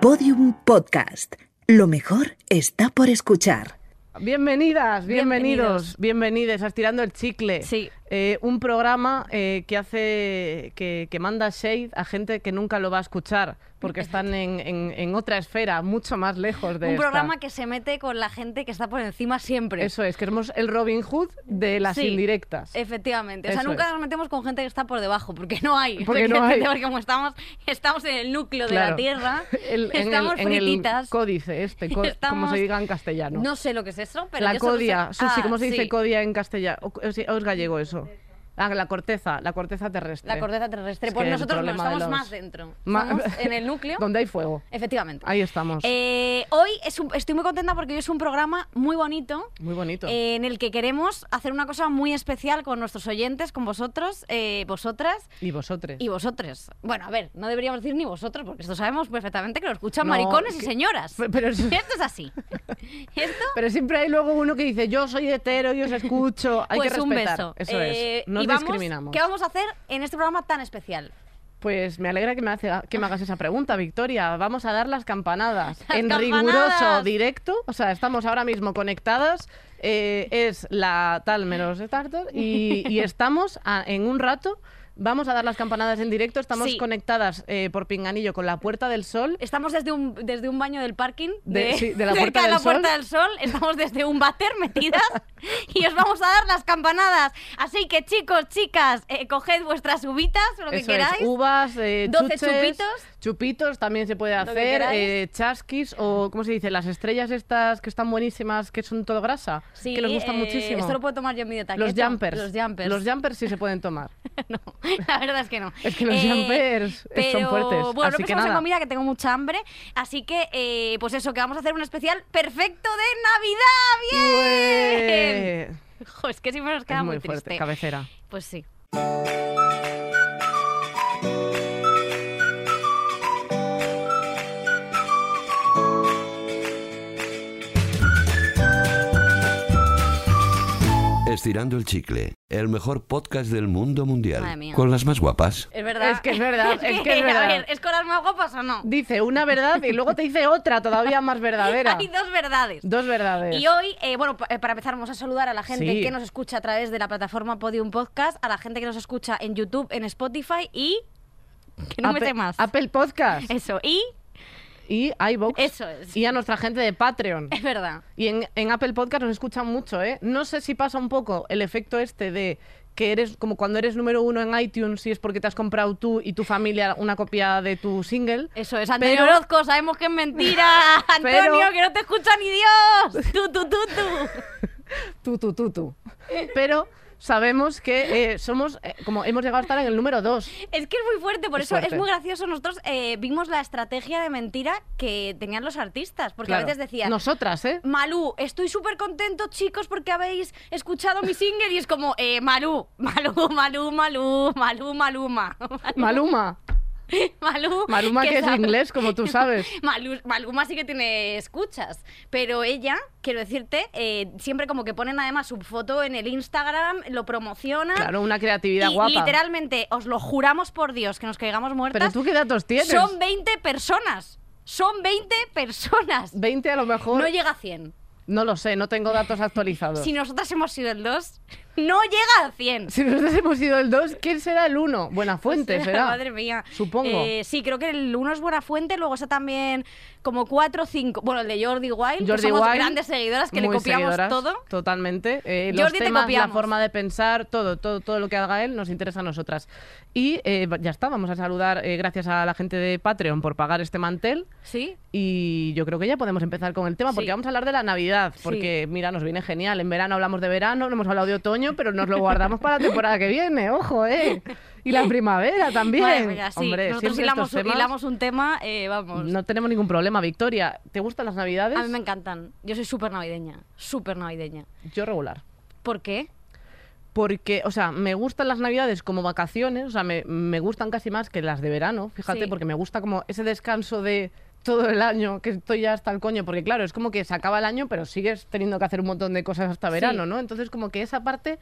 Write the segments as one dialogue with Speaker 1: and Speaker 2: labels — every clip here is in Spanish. Speaker 1: Podium Podcast. Lo mejor está por escuchar.
Speaker 2: Bienvenidas, bienvenidos, bienvenides a Estirando el Chicle.
Speaker 3: Sí.
Speaker 2: Eh, un programa eh, que hace que, que manda shade a gente que nunca lo va a escuchar porque están en, en- en otra esfera, mucho más lejos de
Speaker 3: un
Speaker 2: esta.
Speaker 3: programa que se mete con la gente que está por encima siempre.
Speaker 2: Eso es, que somos el Robin Hood de las
Speaker 3: Sí.
Speaker 2: indirectas.
Speaker 3: Efectivamente. O sea,
Speaker 2: Eso
Speaker 3: nunca
Speaker 2: es.
Speaker 3: nos metemos con gente que está por debajo, porque no hay.
Speaker 2: Porque no hay.
Speaker 3: Porque como estamos, estamos en el núcleo de
Speaker 2: Claro.
Speaker 3: la Tierra,
Speaker 2: El- en,
Speaker 3: estamos
Speaker 2: el, en el
Speaker 3: frititas.
Speaker 2: códice este, co- como
Speaker 3: Estamos-
Speaker 2: se diga en castellano.
Speaker 3: No sé lo que es eso, pero
Speaker 2: la
Speaker 3: yo solo
Speaker 2: codia,
Speaker 3: sé-
Speaker 2: Susi,
Speaker 3: Ah,
Speaker 2: ¿cómo se dice
Speaker 3: sí.
Speaker 2: codia en castellano? O, o- o es gallego eso. Ah, la corteza, la corteza terrestre.
Speaker 3: La corteza terrestre.
Speaker 2: Es
Speaker 3: Pues
Speaker 2: que el
Speaker 3: nosotros no,
Speaker 2: problema de
Speaker 3: estamos
Speaker 2: los-
Speaker 3: más dentro.
Speaker 2: Ma-
Speaker 3: Estamos en el núcleo.
Speaker 2: Donde hay fuego.
Speaker 3: Efectivamente.
Speaker 2: Ahí estamos.
Speaker 3: Eh, hoy es un- estoy muy contenta porque hoy es un programa muy bonito.
Speaker 2: Muy bonito.
Speaker 3: eh, en el que queremos hacer una cosa muy especial con nuestros oyentes, con vosotros, eh, vosotras
Speaker 2: y vosotros.
Speaker 3: y vosotros. Bueno, a ver, no deberíamos decir ni vosotros, porque esto sabemos perfectamente que lo escuchan
Speaker 2: No,
Speaker 3: maricones y
Speaker 2: que-
Speaker 3: señoras.
Speaker 2: Pe- pero es-
Speaker 3: Esto es así. Esto,
Speaker 2: Pero siempre hay luego uno que dice, yo soy hetero y os escucho. Hay
Speaker 3: pues
Speaker 2: que
Speaker 3: un
Speaker 2: respetar.
Speaker 3: beso.
Speaker 2: Eso
Speaker 3: Eh,
Speaker 2: es. Nos
Speaker 3: y vamos-
Speaker 2: discriminamos.
Speaker 3: ¿Qué vamos a hacer en este programa tan especial?
Speaker 2: Pues me alegra que me, hace- que me hagas esa pregunta, Victoria. Vamos a dar las campanadas.
Speaker 3: Las
Speaker 2: en riguroso
Speaker 3: campanadas.
Speaker 2: directo. O sea, estamos ahora mismo conectadas. eh, es la tal menos de tarde. Y, y estamos a- en un rato. Vamos a dar las campanadas en directo. Estamos
Speaker 3: Sí.
Speaker 2: conectadas eh, por pinganillo con la Puerta del Sol.
Speaker 3: Estamos desde un, desde un baño del parking,
Speaker 2: De-
Speaker 3: de,
Speaker 2: sí, de la Puerta
Speaker 3: cerca de
Speaker 2: del
Speaker 3: la
Speaker 2: Sol.
Speaker 3: Puerta del Sol. Estamos desde un váter metidas y os vamos a dar las campanadas. Así que chicos, chicas, eh, coged vuestras ubitas, lo que
Speaker 2: Eso es,
Speaker 3: queráis.
Speaker 2: uvas, eh,
Speaker 3: 12
Speaker 2: chuches,
Speaker 3: chupitos.
Speaker 2: chupitos también se puede
Speaker 3: que
Speaker 2: hacer,
Speaker 3: queráis.
Speaker 2: eh, chasquis o, ¿cómo se dice? Las estrellas estas que están buenísimas, que son todo grasa,
Speaker 3: Sí,
Speaker 2: que nos gustan
Speaker 3: eh,
Speaker 2: muchísimo.
Speaker 3: Esto lo puedo tomar yo en mi detalle.
Speaker 2: los jumpers.
Speaker 3: Los jumpers.
Speaker 2: Los jumpers sí se pueden tomar.
Speaker 3: no, la verdad es que no.
Speaker 2: Es que los jumpers, eh, son
Speaker 3: pero,
Speaker 2: fuertes,
Speaker 3: Bueno,
Speaker 2: así que
Speaker 3: no pensamos en
Speaker 2: nada.
Speaker 3: comida, que tengo mucha hambre. Así que, eh, pues eso, que vamos a hacer un especial perfecto de Navidad. ¡Bien!
Speaker 2: Ué.
Speaker 3: Jo, es que siempre nos queda
Speaker 2: Es muy
Speaker 3: triste.
Speaker 2: fuerte, cabecera.
Speaker 3: Pues sí.
Speaker 4: Estirando el chicle, el mejor podcast del mundo mundial.
Speaker 3: Madre mía.
Speaker 4: Con las más guapas.
Speaker 3: Es verdad.
Speaker 2: Es que es verdad, es que es
Speaker 3: A
Speaker 2: verdad.
Speaker 3: ver, ¿es con las más guapas o no?
Speaker 2: Dice una verdad y luego te dice otra todavía más verdadera.
Speaker 3: Hay dos verdades.
Speaker 2: Dos verdades.
Speaker 3: Y hoy, eh, bueno, pa- eh, para empezar, vamos a saludar a la gente
Speaker 2: Sí.
Speaker 3: que nos escucha a través de la plataforma Podium Podcast, a la gente que nos escucha en YouTube, en Spotify y. Que no me
Speaker 2: Apple,
Speaker 3: sé más.
Speaker 2: Apple Podcast
Speaker 3: Eso, y.
Speaker 2: y iVoox.
Speaker 3: Eso es.
Speaker 2: Y a nuestra gente de Patreon.
Speaker 3: Es verdad.
Speaker 2: Y en, en Apple Podcast nos escuchan mucho, ¿eh? No sé si pasa un poco el efecto este de que eres como cuando eres número uno en iTunes y es porque te has comprado tú y tu familia una copia de tu single.
Speaker 3: Eso es, Antonio
Speaker 2: Pero-
Speaker 3: Orozco, sabemos que es mentira. Antonio,
Speaker 2: Pero-
Speaker 3: que no te escucha ni Dios. Tú, tú, tú, tú.
Speaker 2: Tú, tú, tú, tú. Pero sabemos que eh, somos, eh, como hemos llegado a estar en el número dos.
Speaker 3: Es que es muy fuerte, por
Speaker 2: Es
Speaker 3: eso
Speaker 2: fuerte.
Speaker 3: es muy gracioso. Nosotros eh, vimos la estrategia de mentira que tenían los artistas, porque
Speaker 2: Claro.
Speaker 3: a veces decían,
Speaker 2: Nosotras, ¿eh?
Speaker 3: Malú, estoy súper contento, chicos, porque habéis escuchado mi single y es como, eh, Malú, Malú, Malú, Malú, Malú, Maluma.
Speaker 2: Maluma.
Speaker 3: Malú,
Speaker 2: Maluma que es
Speaker 3: sabe-
Speaker 2: inglés, como tú sabes.
Speaker 3: Malú- Maluma sí que tiene escuchas, pero ella, quiero decirte, eh, siempre como que ponen además su foto en el Instagram, lo promocionan.
Speaker 2: Claro, una creatividad
Speaker 3: y
Speaker 2: guapa.
Speaker 3: literalmente, os lo juramos por Dios, que nos caigamos muertas.
Speaker 2: Pero tú qué datos tienes?
Speaker 3: Son 20 personas. Son 20 personas.
Speaker 2: 20 a lo mejor.
Speaker 3: No llega a 100.
Speaker 2: No lo sé, no tengo datos actualizados.
Speaker 3: Si nosotras hemos sido el 2, no llega a 100.
Speaker 2: Si nosotros hemos ido el 2, ¿quién será el 1? Buena fuente,
Speaker 3: O sea,
Speaker 2: será.
Speaker 3: Pues, Madre mía.
Speaker 2: Supongo.
Speaker 3: Eh, sí, creo que el uno es buena fuente, luego está también como 4 o 5. Bueno, el de Jordi Wild.
Speaker 2: Jordi
Speaker 3: que pues somos
Speaker 2: Wild,
Speaker 3: grandes seguidoras que le
Speaker 2: muy
Speaker 3: copiamos
Speaker 2: seguidoras,
Speaker 3: todo.
Speaker 2: Totalmente. Eh, los
Speaker 3: Jordi, te
Speaker 2: temas, la
Speaker 3: copiamos.
Speaker 2: forma de pensar, todo, todo, todo lo que haga él nos interesa a nosotras. Y eh, ya está, vamos a saludar eh, gracias a la gente de Patreon por pagar este mantel.
Speaker 3: Sí.
Speaker 2: Y yo creo que ya podemos empezar con el tema, porque
Speaker 3: Sí.
Speaker 2: vamos a hablar de la Navidad,
Speaker 3: Sí.
Speaker 2: porque mira, nos viene genial. En verano hablamos de verano, no hemos hablado de otoño, pero nos lo guardamos para la temporada que viene, ojo, ¿eh? Y la primavera también.
Speaker 3: Madre mía, sí.
Speaker 2: Hombre,
Speaker 3: Nosotros
Speaker 2: siempre
Speaker 3: hilamos,
Speaker 2: estos temas,
Speaker 3: hilamos un tema, eh, vamos.
Speaker 2: no tenemos ningún problema. Victoria, ¿te gustan las Navidades?
Speaker 3: A mí me encantan. Yo soy súper navideña. Súper navideña.
Speaker 2: Yo regular.
Speaker 3: ¿Por qué?
Speaker 2: Porque, o sea, me gustan las navidades como vacaciones, o sea, me, me gustan casi más que las de verano, fíjate,
Speaker 3: Sí.
Speaker 2: porque me gusta como ese descanso de todo el año, que estoy ya hasta el coño, porque claro, es como que se acaba el año, pero sigues teniendo que hacer un montón de cosas hasta verano, ¿no? Entonces, como que esa parte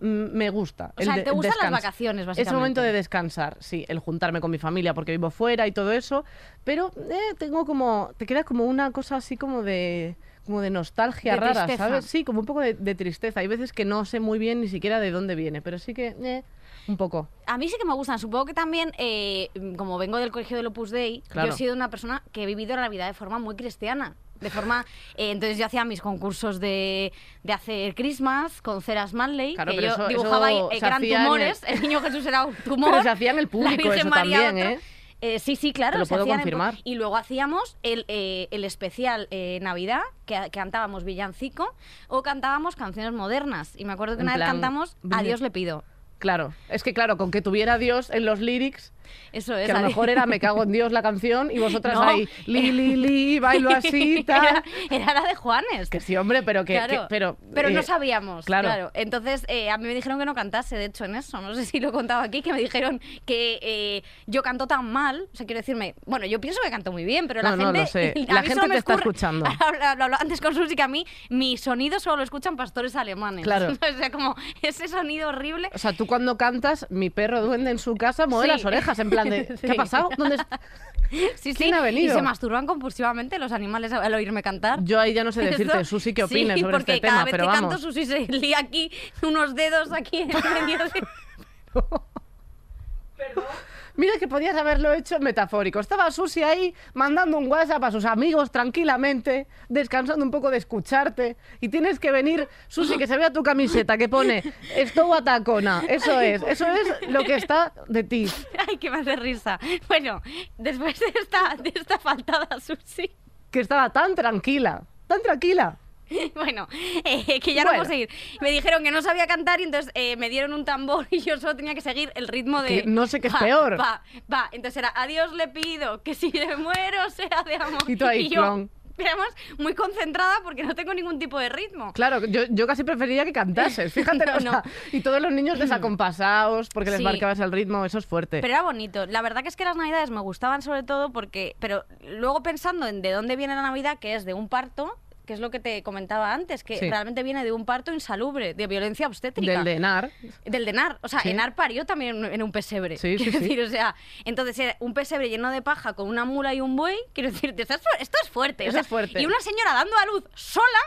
Speaker 2: mm, me gusta.
Speaker 3: O sea,
Speaker 2: de-
Speaker 3: ¿te gustan las
Speaker 2: descanso.
Speaker 3: vacaciones,
Speaker 2: Es el
Speaker 3: básicamente?
Speaker 2: momento de descansar, sí, el juntarme con mi familia porque vivo fuera y todo eso, pero eh, tengo como, te queda como una cosa así como de como de nostalgia
Speaker 3: De
Speaker 2: rara,
Speaker 3: tristeza.
Speaker 2: ¿sabes? Sí, como un poco de, de tristeza. Hay veces que no sé muy bien ni siquiera de dónde viene, pero sí que eh, un poco.
Speaker 3: A mí sí que me gustan. Supongo que también, eh, como vengo del colegio del Opus Dei,
Speaker 2: Claro.
Speaker 3: yo he sido una persona que he vivido la vida de forma muy cristiana. De forma. eh, entonces yo hacía mis concursos de, de hacer Christmas con Ceras Manley,
Speaker 2: Claro,
Speaker 3: que
Speaker 2: pero
Speaker 3: yo
Speaker 2: eso-
Speaker 3: dibujaba
Speaker 2: eso
Speaker 3: ahí, eh,
Speaker 2: se
Speaker 3: que eran
Speaker 2: hacía en el-
Speaker 3: tumores. El... niño Jesús era un tumor.
Speaker 2: Pero se hacía en el
Speaker 3: la
Speaker 2: público
Speaker 3: Virgen
Speaker 2: eso
Speaker 3: María
Speaker 2: también,
Speaker 3: otro.
Speaker 2: ¿eh?
Speaker 3: Eh, sí, sí, claro.
Speaker 2: Te lo
Speaker 3: se
Speaker 2: puedo
Speaker 3: hacían en-
Speaker 2: confirmar.
Speaker 3: Y luego hacíamos el, eh, el especial eh, Navidad, que que cantábamos villancico o cantábamos canciones modernas. Y me acuerdo que
Speaker 2: En
Speaker 3: una vez
Speaker 2: plan,
Speaker 3: cantamos A
Speaker 2: brille-
Speaker 3: Dios le pido.
Speaker 2: Claro, es que claro, con que tuviera a Dios en los lyrics,
Speaker 3: Eso es.
Speaker 2: que a lo
Speaker 3: Dios-
Speaker 2: mejor era me cago en Dios la canción y vosotras
Speaker 3: No.
Speaker 2: ahí li li li bailo así tal.
Speaker 3: Era, era la de Juanes.
Speaker 2: Que sí, hombre, pero que, que-
Speaker 3: Claro,
Speaker 2: pero
Speaker 3: no
Speaker 2: eh,
Speaker 3: sabíamos.
Speaker 2: claro.
Speaker 3: Claro. Entonces, eh, a mí me dijeron que no cantase, de hecho, en eso. No sé si lo he contado aquí, que me dijeron que eh, yo canto tan mal. O sea, quiero decirme, bueno, yo pienso que canto muy bien, pero
Speaker 2: No,
Speaker 3: la
Speaker 2: no,
Speaker 3: gente.
Speaker 2: lo sé.
Speaker 3: a
Speaker 2: La
Speaker 3: mí
Speaker 2: gente
Speaker 3: solo me
Speaker 2: te está
Speaker 3: escurre-
Speaker 2: escuchando.
Speaker 3: Ahora Lo hablaba antes con Susi, que a mí mi sonido solo lo escuchan pastores alemanes.
Speaker 2: Claro.
Speaker 3: o sea, como ese sonido horrible.
Speaker 2: O sea, tú cuando cantas, mi perro duende en su casa mueve
Speaker 3: Sí.
Speaker 2: las orejas en plan de ¿qué ha
Speaker 3: Sí.
Speaker 2: pasado? ¿Dónde es-?".
Speaker 3: Sí,
Speaker 2: ¿Quién
Speaker 3: sí,
Speaker 2: ha venido?
Speaker 3: Y se masturban compulsivamente los animales al oírme cantar.
Speaker 2: Yo ahí ya no sé decirte,
Speaker 3: Eso-
Speaker 2: Susi, qué
Speaker 3: sí,
Speaker 2: opinas sobre
Speaker 3: porque
Speaker 2: este tema,
Speaker 3: cada vez
Speaker 2: pero
Speaker 3: que
Speaker 2: vamos.
Speaker 3: canto Susi se lía aquí unos dedos aquí en medio de-
Speaker 2: Mira que podías haberlo hecho metafórico. Estaba Susi ahí mandando un WhatsApp a sus amigos tranquilamente, descansando un poco de escucharte. Y tienes que venir, Susi, que se vea tu camiseta que pone Estoy atacona. Eso es, eso es lo que está de ti.
Speaker 3: Ay, que me hace risa. Bueno, después de esta, de esta faltada Susi,
Speaker 2: Que estaba tan tranquila, tan tranquila.
Speaker 3: bueno, eh, que ya
Speaker 2: Bueno.
Speaker 3: no puedo seguir. Me dijeron que no sabía cantar y entonces eh, me dieron un tambor y yo solo tenía que seguir el ritmo de...
Speaker 2: Que no sé qué es
Speaker 3: va,
Speaker 2: peor.
Speaker 3: Va, va. Entonces era, a Dios le pido que si me muero sea de amor.
Speaker 2: Y tú ahí,
Speaker 3: yo,
Speaker 2: clon.
Speaker 3: Digamos, muy concentrada porque no tengo ningún tipo de ritmo.
Speaker 2: Claro, yo, yo casi preferiría que cantases, fíjate.
Speaker 3: No,
Speaker 2: o sea,
Speaker 3: no.
Speaker 2: Y todos los niños desacompasados porque les
Speaker 3: Sí.
Speaker 2: marcabas el ritmo, eso es fuerte.
Speaker 3: Pero era bonito. La verdad que es que las navidades me gustaban sobre todo porque... Pero luego pensando en de dónde viene la Navidad, que es de un parto, que es lo que te comentaba antes, que
Speaker 2: Sí.
Speaker 3: realmente viene de un parto insalubre, de violencia obstétrica.
Speaker 2: Del de Enar.
Speaker 3: Del de Nar. O sea,
Speaker 2: Sí.
Speaker 3: Enar parió también en un pesebre.
Speaker 2: Sí, sí,
Speaker 3: quiero
Speaker 2: sí.
Speaker 3: decir, o sea, entonces era un pesebre lleno de paja con una mula y un buey. Quiero decirte, esto es, fu- esto es fuerte. o
Speaker 2: Eso
Speaker 3: sea,
Speaker 2: es fuerte.
Speaker 3: Y una señora dando a luz sola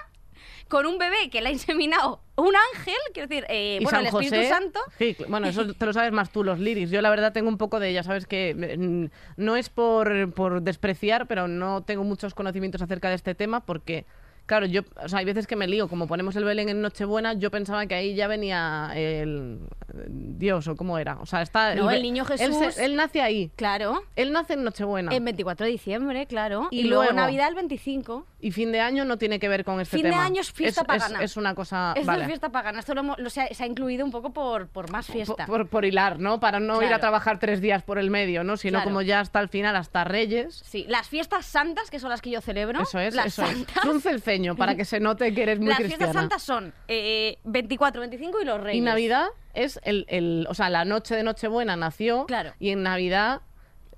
Speaker 3: con un bebé que le ha inseminado un ángel, quiero decir, eh,
Speaker 2: y
Speaker 3: bueno,
Speaker 2: San
Speaker 3: el
Speaker 2: José.
Speaker 3: Espíritu Santo.
Speaker 2: Sí, cl- bueno, eso te lo sabes más tú, los liris. Yo la verdad tengo un poco de, ya sabes que mm, no es por, por despreciar, pero no tengo muchos conocimientos acerca de este tema porque... Claro, yo, o sea, hay veces que me lío, como ponemos el Belén en Nochebuena, yo pensaba que ahí ya venía el eh, Dios o cómo era. O sea, está
Speaker 3: No,
Speaker 2: Be-
Speaker 3: el niño
Speaker 2: él se-
Speaker 3: Jesús.
Speaker 2: Él, nace ahí.
Speaker 3: Claro.
Speaker 2: Él nace en Nochebuena.
Speaker 3: El 24 de diciembre, claro.
Speaker 2: Y
Speaker 3: Y, luego,
Speaker 2: luego-
Speaker 3: Navidad el 25.
Speaker 2: Y fin de año no tiene que ver con este
Speaker 3: Fin de
Speaker 2: tema.
Speaker 3: año es fiesta pagana.
Speaker 2: Es, una cosa.
Speaker 3: Esto
Speaker 2: Ah, vale.
Speaker 3: es fiesta pagana. Esto lo, hemos- lo se, ha, se ha incluido un poco por, por más fiesta.
Speaker 2: Por, por- por hilar, ¿no? Para no ir a
Speaker 3: Claro.
Speaker 2: trabajar tres días por el medio, ¿no? Sino
Speaker 3: Claro.
Speaker 2: como ya hasta el final, hasta Reyes.
Speaker 3: Sí, las fiestas santas, que son las que yo celebro.
Speaker 2: Eso es,
Speaker 3: las
Speaker 2: eso
Speaker 3: santas-
Speaker 2: es. Es un celceño para que se note que eres muy
Speaker 3: las
Speaker 2: cristiana.
Speaker 3: fiestas santas son eh, 24, 25 y los reyes.
Speaker 2: y Navidad es el, el- O sea, la noche de Nochebuena nació.
Speaker 3: Claro.
Speaker 2: Y en Navidad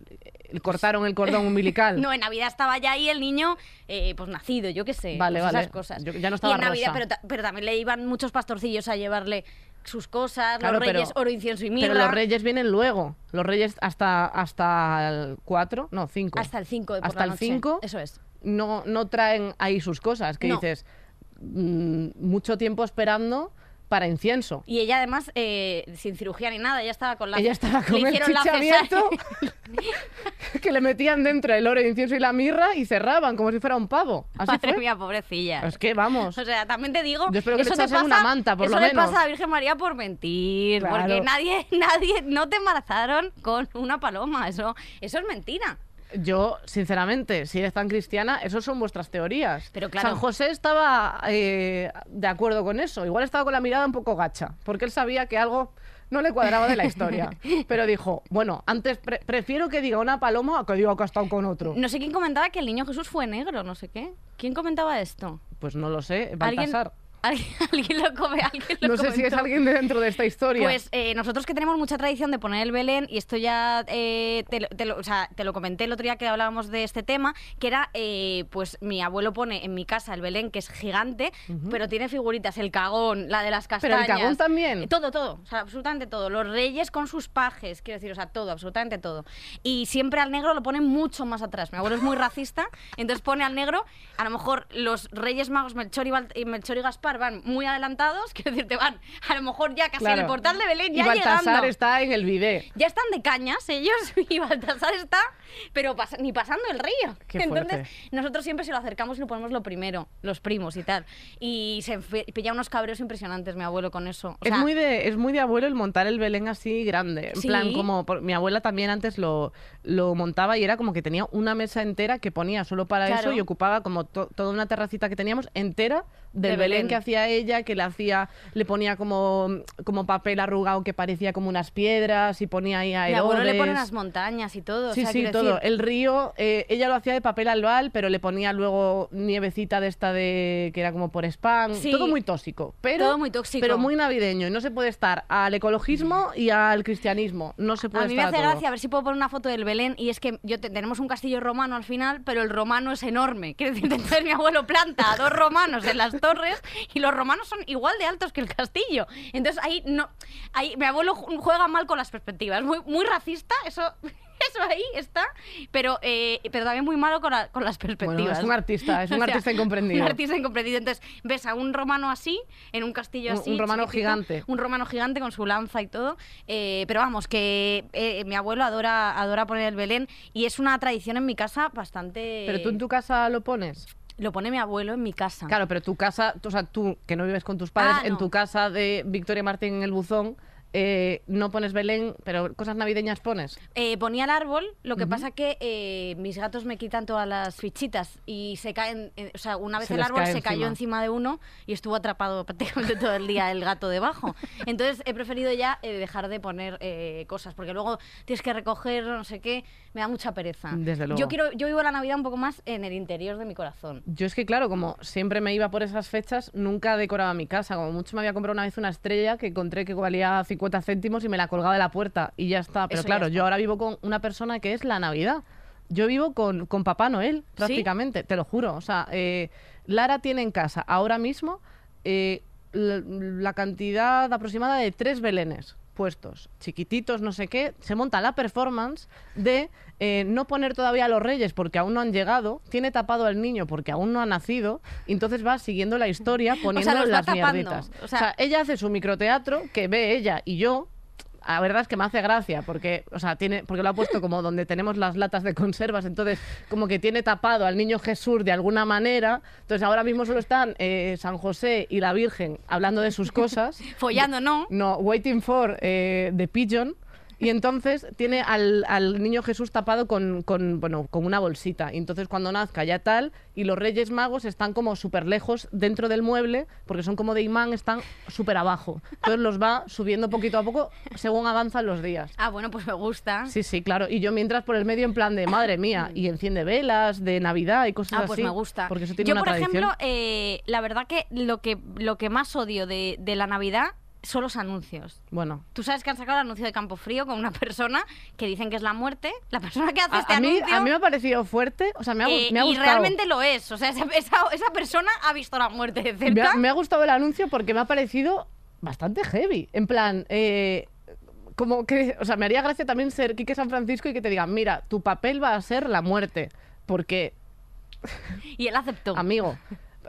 Speaker 2: eh, cortaron el cordón umbilical.
Speaker 3: No, en Navidad estaba ya ahí el niño, eh, pues nacido, yo qué sé.
Speaker 2: Vale,
Speaker 3: pues
Speaker 2: vale.
Speaker 3: Esas cosas.
Speaker 2: Yo- ya no estaba
Speaker 3: y en Navidad,
Speaker 2: rosa.
Speaker 3: pero, ta- pero también le iban muchos pastorcillos a llevarle sus cosas,
Speaker 2: Claro,
Speaker 3: los
Speaker 2: pero-
Speaker 3: reyes, oro, incienso y mirra.
Speaker 2: Pero los Reyes vienen luego. Los Reyes hasta, hasta el 4, no, 5.
Speaker 3: Hasta el 5 de por
Speaker 2: Hasta
Speaker 3: la
Speaker 2: el
Speaker 3: noche.
Speaker 2: 5.
Speaker 3: Eso es.
Speaker 2: no, no traen ahí sus cosas, que
Speaker 3: No.
Speaker 2: dices, mm, mucho tiempo esperando para incienso.
Speaker 3: Y ella además, eh, sin cirugía ni nada, ella estaba con la...
Speaker 2: Ella estaba con
Speaker 3: le
Speaker 2: el
Speaker 3: hicieron la
Speaker 2: chiche
Speaker 3: cesárea.
Speaker 2: abierto, que le metían dentro el oro, el incienso y la mirra y cerraban como si fuera un pavo. Así
Speaker 3: Madre
Speaker 2: ¿Ah, fue.
Speaker 3: mía, pobrecilla.
Speaker 2: Es que vamos.
Speaker 3: O sea, también te digo,
Speaker 2: Yo espero que le
Speaker 3: eso te
Speaker 2: echasen
Speaker 3: pasa,
Speaker 2: una manta, por
Speaker 3: eso
Speaker 2: lo
Speaker 3: le
Speaker 2: menos.
Speaker 3: pasa a la Virgen María por mentir,
Speaker 2: Claro.
Speaker 3: porque nadie, nadie, no te embarazaron con una paloma, eso, eso es mentira.
Speaker 2: Yo, sinceramente, si eres tan cristiana, esas son vuestras teorías.
Speaker 3: Pero claro.
Speaker 2: San José estaba eh, de acuerdo con eso. Igual estaba con la mirada un poco gacha, porque él sabía que algo no le cuadraba de la historia. Pero dijo, bueno, antes pre- prefiero que diga una paloma a que diga que ha estado con otro.
Speaker 3: No sé quién comentaba que el niño Jesús fue negro, no sé qué. ¿Quién comentaba esto?
Speaker 2: Pues no lo sé,
Speaker 3: ¿Alguien?
Speaker 2: Baltasar.
Speaker 3: Alguien, alguien lo come, alguien lo
Speaker 2: No sé si es
Speaker 3: comentó.
Speaker 2: alguien de dentro de esta historia.
Speaker 3: Pues eh, nosotros que tenemos mucha tradición de poner el Belén, y esto ya eh, te, lo, te lo- o sea, te lo comenté el otro día que hablábamos de este tema, que era, eh, pues mi abuelo pone en mi casa el Belén, que es gigante, pero tiene figuritas, el cagón, la de las
Speaker 2: Pero el
Speaker 3: castañas.
Speaker 2: cagón también.
Speaker 3: Eh, Todo, todo, o sea, absolutamente todo. Los reyes con sus pajes, quiero decir, o sea, todo, absolutamente todo. Y siempre al negro lo ponen mucho más atrás. Mi abuelo es muy racista, entonces pone al negro, a lo mejor los reyes magos Melchor y, Bal- y Melchor y Gaspar van muy adelantados, quiero decir, te van a lo mejor ya casi en el
Speaker 2: Claro.
Speaker 3: portal de Belén,
Speaker 2: y
Speaker 3: ya
Speaker 2: Baltasar
Speaker 3: llegando.
Speaker 2: está en el bidet.
Speaker 3: Ya están de cañas ellos y Baltasar está, pero pasa- ni pasando el río.
Speaker 2: Qué
Speaker 3: Entonces,
Speaker 2: fuerte.
Speaker 3: nosotros siempre se lo acercamos y lo ponemos lo primero, los primos y tal. Y se enfe- pilla unos cabreos impresionantes mi abuelo con eso. O sea,
Speaker 2: es, muy de, es muy de abuelo el montar el Belén así grande. En
Speaker 3: Sí.
Speaker 2: plan, como por- mi abuela también antes lo, lo montaba y era como que tenía una mesa entera que ponía solo para
Speaker 3: Claro.
Speaker 2: eso y ocupaba como to- toda una terracita que teníamos entera del
Speaker 3: De
Speaker 2: Belén.
Speaker 3: Belén.
Speaker 2: que hacía ella, que le hacía, le ponía como, como papel arrugado que parecía como unas piedras y ponía ahí a
Speaker 3: Mi abuelo le pone
Speaker 2: Herodes.
Speaker 3: unas montañas y todo. o
Speaker 2: Sí,
Speaker 3: sea,
Speaker 2: sí,
Speaker 3: quiero
Speaker 2: todo.
Speaker 3: decir,
Speaker 2: El río, eh, ella lo hacía de papel albal, pero le ponía luego nievecita de esta de que era como por spam.
Speaker 3: Sí.
Speaker 2: Todo muy tóxico, pero
Speaker 3: Todo muy tóxico. Mm.
Speaker 2: pero muy navideño. Y no se puede estar al ecologismo y al cristianismo. No se puede
Speaker 3: a mí me
Speaker 2: estar
Speaker 3: hace
Speaker 2: todo.
Speaker 3: gracia, a ver si puedo poner una foto del Belén, y es que yo te- tenemos un castillo romano al final, pero el romano es enorme. Quiero decir, entonces mi abuelo planta a dos romanos en las torres, y los romanos son igual de altos que el castillo. Entonces ahí no, ahí mi abuelo ju- juega mal con las perspectivas, muy, muy racista, eso... Eso ahí está, pero, eh, pero también muy malo con, la- con las perspectivas.
Speaker 2: es un artista, es un artista incomprendido.
Speaker 3: Un artista incomprendido. Entonces, ves a un romano así, en un castillo
Speaker 2: Un-
Speaker 3: así.
Speaker 2: un romano gigante.
Speaker 3: Un romano gigante con su lanza y todo. Eh, pero vamos, que eh, mi abuelo adora, adora poner el Belén y es una tradición en mi casa bastante...
Speaker 2: Pero tú en tu casa lo pones.
Speaker 3: Lo pone mi abuelo en mi casa.
Speaker 2: Claro, pero tu casa, o sea, tú que no vives con tus padres,
Speaker 3: Ah,
Speaker 2: en
Speaker 3: no.
Speaker 2: tu casa de Victoria Martín en el Buzón, eh, no pones Belén, pero cosas navideñas pones.
Speaker 3: Eh, ponía el árbol, lo que pasa que eh, mis gatos me quitan todas las fichitas y se caen, eh, o sea, una vez
Speaker 2: Se
Speaker 3: el
Speaker 2: les
Speaker 3: árbol
Speaker 2: cae
Speaker 3: se cayó
Speaker 2: encima.
Speaker 3: encima de uno y estuvo atrapado prácticamente todo el día el gato debajo. Entonces he preferido ya eh, dejar de poner eh, cosas, porque luego tienes que recoger, no sé qué, me da mucha pereza.
Speaker 2: Desde luego.
Speaker 3: Yo, quiero, yo vivo la Navidad un poco más en el interior de mi corazón.
Speaker 2: Yo es que, claro, como siempre me iba por esas fechas, nunca decoraba mi casa. Como mucho me había comprado una vez una estrella que encontré que valía 50 céntimos y me la colgaba de la puerta y ya está. Pero
Speaker 3: Eso ya
Speaker 2: claro,
Speaker 3: está.
Speaker 2: yo ahora vivo con una persona que es la Navidad. Yo vivo con, con Papá Noel, prácticamente, te lo juro. O sea, eh, Lara tiene en casa ahora mismo eh, la, la cantidad aproximada de tres belenes puestos, chiquititos, no sé qué. Se monta la performance de eh, no poner todavía a los reyes porque aún no han llegado, tiene tapado al niño porque aún no ha nacido, y entonces va siguiendo la historia poniendo
Speaker 3: los va
Speaker 2: las
Speaker 3: tapando,
Speaker 2: mierditas.
Speaker 3: o sea-
Speaker 2: ella hace su microteatro que ve ella y yo. La verdad es que me hace gracia porque, o sea, tiene, porque lo ha puesto como donde tenemos las latas de conservas, entonces como que tiene tapado al niño Jesús de alguna manera. Entonces ahora mismo solo están eh, San José y la Virgen hablando de sus cosas.
Speaker 3: Follando, ¿no?
Speaker 2: No, Waiting for eh, The Pigeon. Y entonces tiene al, al niño Jesús tapado con, con, bueno, con una bolsita. Y entonces cuando nazca ya tal, y los Reyes Magos están como súper lejos dentro del mueble, porque son como de imán, están súper abajo. Entonces los va subiendo poquito a poco según avanzan los días.
Speaker 3: Ah, bueno, pues me gusta.
Speaker 2: Sí, sí, claro. Y yo mientras por el medio en plan de, madre mía, y enciende velas de Navidad y cosas
Speaker 3: Ah,
Speaker 2: así.
Speaker 3: pues me gusta.
Speaker 2: Porque eso tiene
Speaker 3: Yo,
Speaker 2: una
Speaker 3: por
Speaker 2: tradición.
Speaker 3: ejemplo, eh, la verdad que lo que lo que más odio de, de la Navidad son los anuncios.
Speaker 2: Bueno,
Speaker 3: Tú sabes que han sacado el anuncio de Campofrío con una persona que dicen que es la muerte. La persona que hace
Speaker 2: a,
Speaker 3: este
Speaker 2: a mí,
Speaker 3: anuncio.
Speaker 2: a mí me ha parecido fuerte, o sea, me ha, gu-
Speaker 3: eh,
Speaker 2: me ha
Speaker 3: y
Speaker 2: gustado.
Speaker 3: realmente lo es. O sea, esa, esa- esa persona ha visto la muerte de
Speaker 2: Me
Speaker 3: cerca.
Speaker 2: ha, me ha gustado el anuncio porque me ha parecido bastante heavy. En plan, eh, como que, o sea, me haría gracia también ser Quique San Francisco y que te digan, mira, tu papel va a ser la muerte. Porque,
Speaker 3: Y él aceptó.
Speaker 2: amigo,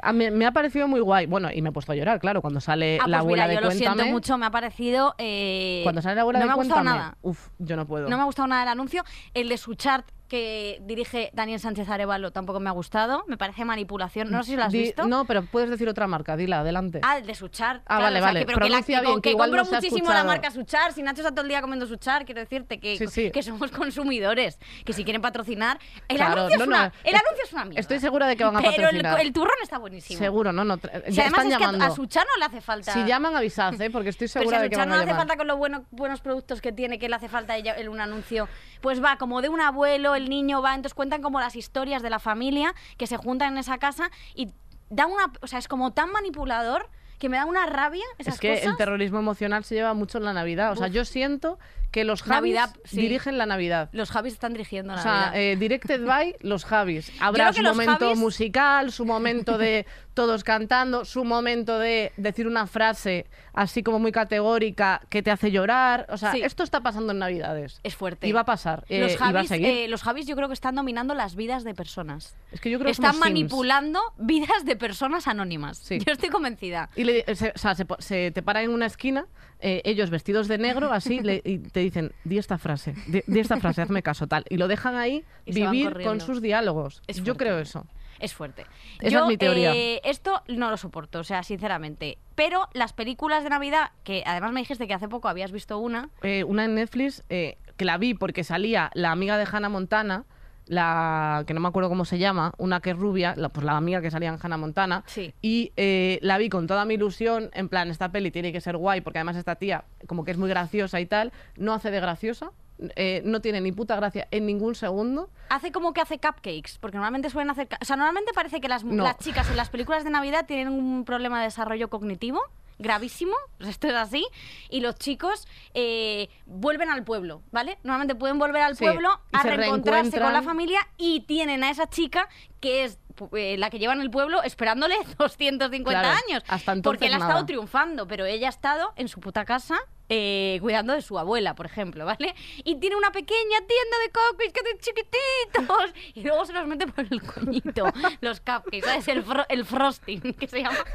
Speaker 2: a mí- me ha parecido muy guay. Bueno, y me he puesto a llorar, claro, cuando sale
Speaker 3: Ah, pues
Speaker 2: la abuela
Speaker 3: mira, yo
Speaker 2: de
Speaker 3: lo siento
Speaker 2: Cuéntame.
Speaker 3: mucho. Me ha parecido. eh,
Speaker 2: Cuando sale la abuela
Speaker 3: no
Speaker 2: de
Speaker 3: me ha gustado
Speaker 2: Cuéntame,
Speaker 3: nada.
Speaker 2: Uf, yo no puedo.
Speaker 3: No me ha gustado nada el anuncio. El de su chart que dirige Daniel Sánchez Arevalo tampoco me ha gustado. Me parece manipulación. No sé si lo has
Speaker 2: Di-
Speaker 3: visto.
Speaker 2: No, pero puedes decir otra marca, dila, adelante.
Speaker 3: Ah, el de Suchar.
Speaker 2: Ah, vale, vale.
Speaker 3: pero que, la-
Speaker 2: Pronuncia
Speaker 3: que-
Speaker 2: bien, que
Speaker 3: que
Speaker 2: igual
Speaker 3: compro
Speaker 2: no se ha
Speaker 3: muchísimo la
Speaker 2: escuchado.
Speaker 3: marca Suchar. Si Nacho está todo el día comiendo Suchar, quiero decirte que,
Speaker 2: Sí, sí.
Speaker 3: que somos consumidores. Que si quieren patrocinar. El,
Speaker 2: Claro,
Speaker 3: anuncio,
Speaker 2: no,
Speaker 3: es una,
Speaker 2: no,
Speaker 3: el
Speaker 2: es-
Speaker 3: anuncio es una mierda.
Speaker 2: Estoy segura de que van a
Speaker 3: Pero el,
Speaker 2: patrocinar.
Speaker 3: el turrón está buenísimo.
Speaker 2: Seguro, no, no. tra-
Speaker 3: Si
Speaker 2: ya
Speaker 3: además
Speaker 2: están
Speaker 3: es
Speaker 2: llamando.
Speaker 3: que a- a Suchar no le hace falta.
Speaker 2: Si llaman, avisad, ¿eh? porque estoy
Speaker 3: pero si
Speaker 2: segura
Speaker 3: a
Speaker 2: de que van
Speaker 3: Suchar no
Speaker 2: a
Speaker 3: le hace
Speaker 2: llamar.
Speaker 3: falta con los buenos, buenos productos que tiene, que le hace falta ella- el- un anuncio. Pues va, como de un abuelo, el niño va, entonces cuentan como las historias de la familia que se juntan en esa casa y da una. O sea, es como tan manipulador que me da una rabia esas
Speaker 2: Es que
Speaker 3: cosas.
Speaker 2: el terrorismo emocional se lleva mucho en la Navidad. O sea,
Speaker 3: Uf.
Speaker 2: yo siento que los Javis
Speaker 3: Navidad, sí.
Speaker 2: dirigen la Navidad.
Speaker 3: Los Javis están dirigiendo
Speaker 2: O
Speaker 3: la
Speaker 2: sea,
Speaker 3: Navidad.
Speaker 2: eh, directed by los Javis. Habrá
Speaker 3: creo que
Speaker 2: su
Speaker 3: los
Speaker 2: momento
Speaker 3: Javis-
Speaker 2: musical, su momento de todos cantando, su momento de decir una frase así como muy categórica que te hace llorar. O sea,
Speaker 3: Sí.
Speaker 2: esto está pasando en Navidades.
Speaker 3: es fuerte.
Speaker 2: Y va a pasar. eh,
Speaker 3: los,
Speaker 2: y va a
Speaker 3: Javis,
Speaker 2: seguir.
Speaker 3: eh, los Javis yo creo que están dominando las vidas de personas.
Speaker 2: es que yo creo que
Speaker 3: están
Speaker 2: somos Sims.
Speaker 3: manipulando vidas de personas anónimas.
Speaker 2: Sí.
Speaker 3: Yo estoy convencida.
Speaker 2: Y le- eh, se, o sea, se, po- se te para en una esquina, eh, ellos vestidos de negro, así, le- y te dicen, di esta frase, di, di esta frase, hazme caso, tal. Y lo dejan ahí
Speaker 3: Y se van
Speaker 2: vivir con
Speaker 3: corriendo.
Speaker 2: sus diálogos.
Speaker 3: Es
Speaker 2: Yo
Speaker 3: fuerte.
Speaker 2: creo eso.
Speaker 3: Es fuerte.
Speaker 2: Esa
Speaker 3: Yo,
Speaker 2: es mi teoría.
Speaker 3: eh, esto no lo soporto, o sea, sinceramente. Pero las películas de Navidad, que además me dijiste que hace poco habías visto una,
Speaker 2: Eh, una en Netflix eh, que la vi porque salía la amiga de Hannah Montana, la que no me acuerdo cómo se llama, una que es rubia, la, pues la amiga que salía en Hannah Montana.
Speaker 3: Sí.
Speaker 2: Y eh, la vi con toda mi ilusión, en plan, esta peli tiene que ser guay, porque además esta tía, como que es muy graciosa y tal, no hace de graciosa, eh, no tiene ni puta gracia en ningún segundo.
Speaker 3: hace como que hace cupcakes, porque normalmente suelen hacer... ca- O sea, normalmente parece que las,
Speaker 2: No.
Speaker 3: las chicas en las películas de Navidad tienen un problema de desarrollo cognitivo gravísimo, esto es así, y los chicos eh, vuelven al pueblo, ¿vale? Normalmente pueden volver al
Speaker 2: Sí,
Speaker 3: pueblo
Speaker 2: y
Speaker 3: a
Speaker 2: se
Speaker 3: reencontrarse con la
Speaker 2: reencuentran.
Speaker 3: familia y tienen a esa chica que es pu- eh, la que lleva en el pueblo esperándole 250
Speaker 2: Claro,
Speaker 3: años.
Speaker 2: hasta entonces
Speaker 3: porque él ha
Speaker 2: nada.
Speaker 3: estado triunfando, pero ella ha estado en su puta casa eh, cuidando de su abuela, por ejemplo, ¿vale? Y tiene una pequeña tienda de cupcakes que de chiquititos. Y luego se los mete por el coñito, los cupcakes, ¿sabes? El, fro- el frosting, que se llama.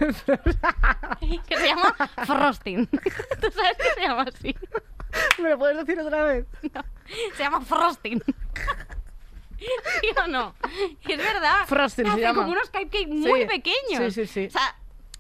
Speaker 3: que se llama frosting. ¿Tú sabes que se llama así?
Speaker 2: ¿Me lo puedes decir otra vez?
Speaker 3: Se llama frosting. ¿Sí o no? Y es verdad.
Speaker 2: Frosting se
Speaker 3: Hace
Speaker 2: llama.
Speaker 3: como unos cupcakes muy
Speaker 2: Sí,
Speaker 3: pequeños.
Speaker 2: sí, sí, sí.
Speaker 3: O sea,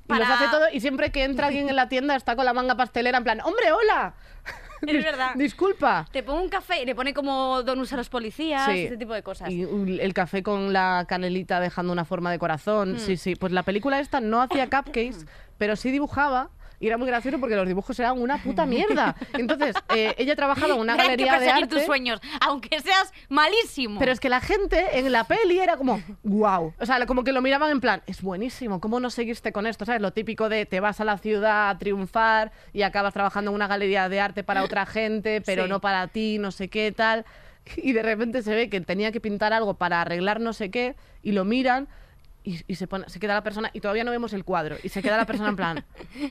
Speaker 2: Y los
Speaker 3: para-
Speaker 2: hace todo, y siempre que entra alguien en la tienda está con la manga pastelera, en plan, ¡hombre, hola!
Speaker 3: Es
Speaker 2: Dis-
Speaker 3: verdad.
Speaker 2: Disculpa.
Speaker 3: Te pongo un café y le pone como donuts a los policías,
Speaker 2: Sí.
Speaker 3: ese este tipo de cosas.
Speaker 2: Y un- el café con la canelita dejando una forma de corazón.
Speaker 3: Mm.
Speaker 2: Sí, sí. Pues la película esta no hacía cupcakes, pero sí dibujaba. Y era muy gracioso porque los dibujos eran una puta mierda. Entonces, eh, ella trabajaba en una
Speaker 3: Hay que
Speaker 2: galería de
Speaker 3: perseguir
Speaker 2: arte.
Speaker 3: tus sueños, aunque seas malísimo.
Speaker 2: Pero es que la gente en la peli era como, wow. O sea, como que lo miraban en plan, es buenísimo, ¿cómo no seguiste con esto? ¿Sabes? Lo típico de te vas a la ciudad a triunfar y acabas trabajando en una galería de arte para otra gente, pero
Speaker 3: Sí.
Speaker 2: no para ti, no sé qué, tal. Y de repente se ve que tenía que pintar algo para arreglar no sé qué y lo miran. Y, y se, pone- se queda la persona, y todavía no vemos el cuadro, y se queda la persona en plan,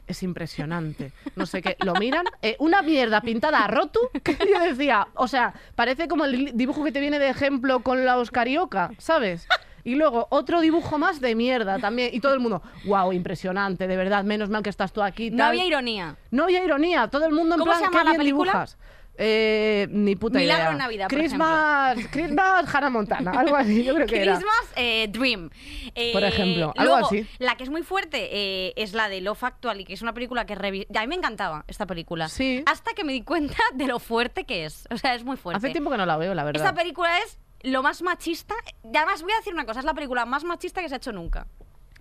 Speaker 2: es impresionante, no sé qué, lo miran, eh, una mierda pintada a rotu, que yo decía, o sea, parece como el dibujo que te viene de ejemplo con la Oscarioca, ¿sabes? Y luego otro dibujo más de mierda también, y todo el mundo, wow, impresionante, de verdad, menos mal que estás tú aquí.
Speaker 3: no
Speaker 2: tal".
Speaker 3: había ironía.
Speaker 2: No había ironía, todo el mundo en
Speaker 3: ¿Cómo
Speaker 2: plan,
Speaker 3: se llama
Speaker 2: "Qué
Speaker 3: la
Speaker 2: bien
Speaker 3: película?
Speaker 2: dibujas". Eh, ni puta
Speaker 3: Milagro
Speaker 2: idea.
Speaker 3: en Navidad, por
Speaker 2: Christmas, Christmas, Hannah Montana, algo así, yo creo que era.
Speaker 3: Christmas eh, Dream. Eh,
Speaker 2: Por ejemplo, algo
Speaker 3: luego,
Speaker 2: así.
Speaker 3: La que es muy fuerte eh, es la de Love Actually, que es una película que revi- a mí me encantaba esta película.
Speaker 2: Sí.
Speaker 3: Hasta que me di cuenta de lo fuerte que es. O sea, es muy fuerte.
Speaker 2: Hace tiempo que no la veo, la verdad.
Speaker 3: Esta película es lo más machista. Y además voy a decir una cosa, es la película más machista que se ha hecho nunca.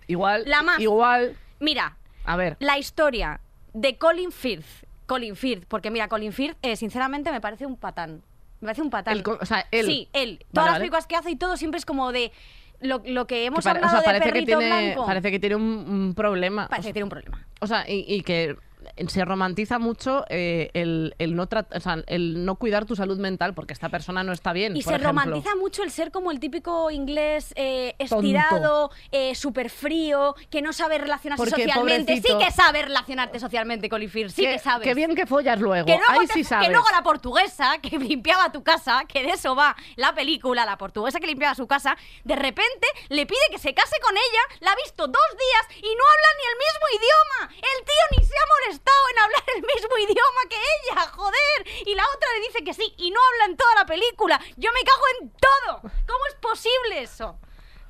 Speaker 2: Igual,
Speaker 3: La más-
Speaker 2: igual,
Speaker 3: Mira,
Speaker 2: a ver,
Speaker 3: la historia de Colin Firth. Colin Firth, porque mira, Colin Firth, eh, sinceramente, me parece un patán. Me parece un patán.
Speaker 2: El co- o sea, él.
Speaker 3: Sí, él.
Speaker 2: Vale,
Speaker 3: Todas las
Speaker 2: vale.
Speaker 3: películas que hace y todo siempre es como de lo, lo que
Speaker 2: que
Speaker 3: hemos
Speaker 2: pare- o
Speaker 3: hablado
Speaker 2: sea,
Speaker 3: de
Speaker 2: parece que,
Speaker 3: perrito
Speaker 2: tiene,
Speaker 3: blanco.
Speaker 2: parece que tiene un, un problema.
Speaker 3: Parece que tiene un problema.
Speaker 2: O sea, y, y que se romantiza mucho eh, el, el no trat- o sea, el no cuidar tu salud mental porque esta persona no está bien.
Speaker 3: Y
Speaker 2: Mm,
Speaker 3: se
Speaker 2: por ejemplo.
Speaker 3: romantiza mucho el ser como el típico inglés eh, estirado, súper frío, que no sabe relacionarse
Speaker 2: Porque,
Speaker 3: socialmente.
Speaker 2: pobrecito.
Speaker 3: Sí que sabe relacionarte socialmente, Colin Firth. Sí que, sabes.
Speaker 2: Que bien que follas luego.
Speaker 3: Que luego,
Speaker 2: Ahí
Speaker 3: te-
Speaker 2: sí
Speaker 3: que
Speaker 2: sabes.
Speaker 3: luego la portuguesa que limpiaba tu casa, que de eso va la película, la portuguesa que limpiaba su casa, de repente le pide que se case con ella, la ha visto dos días y no habla ni el mismo idioma. El tío ni se ha molestado en hablar el mismo idioma que ella, joder. Y la otra le dice que sí y no habla en toda la película. Yo me cago en todo. ¿Cómo es posible eso?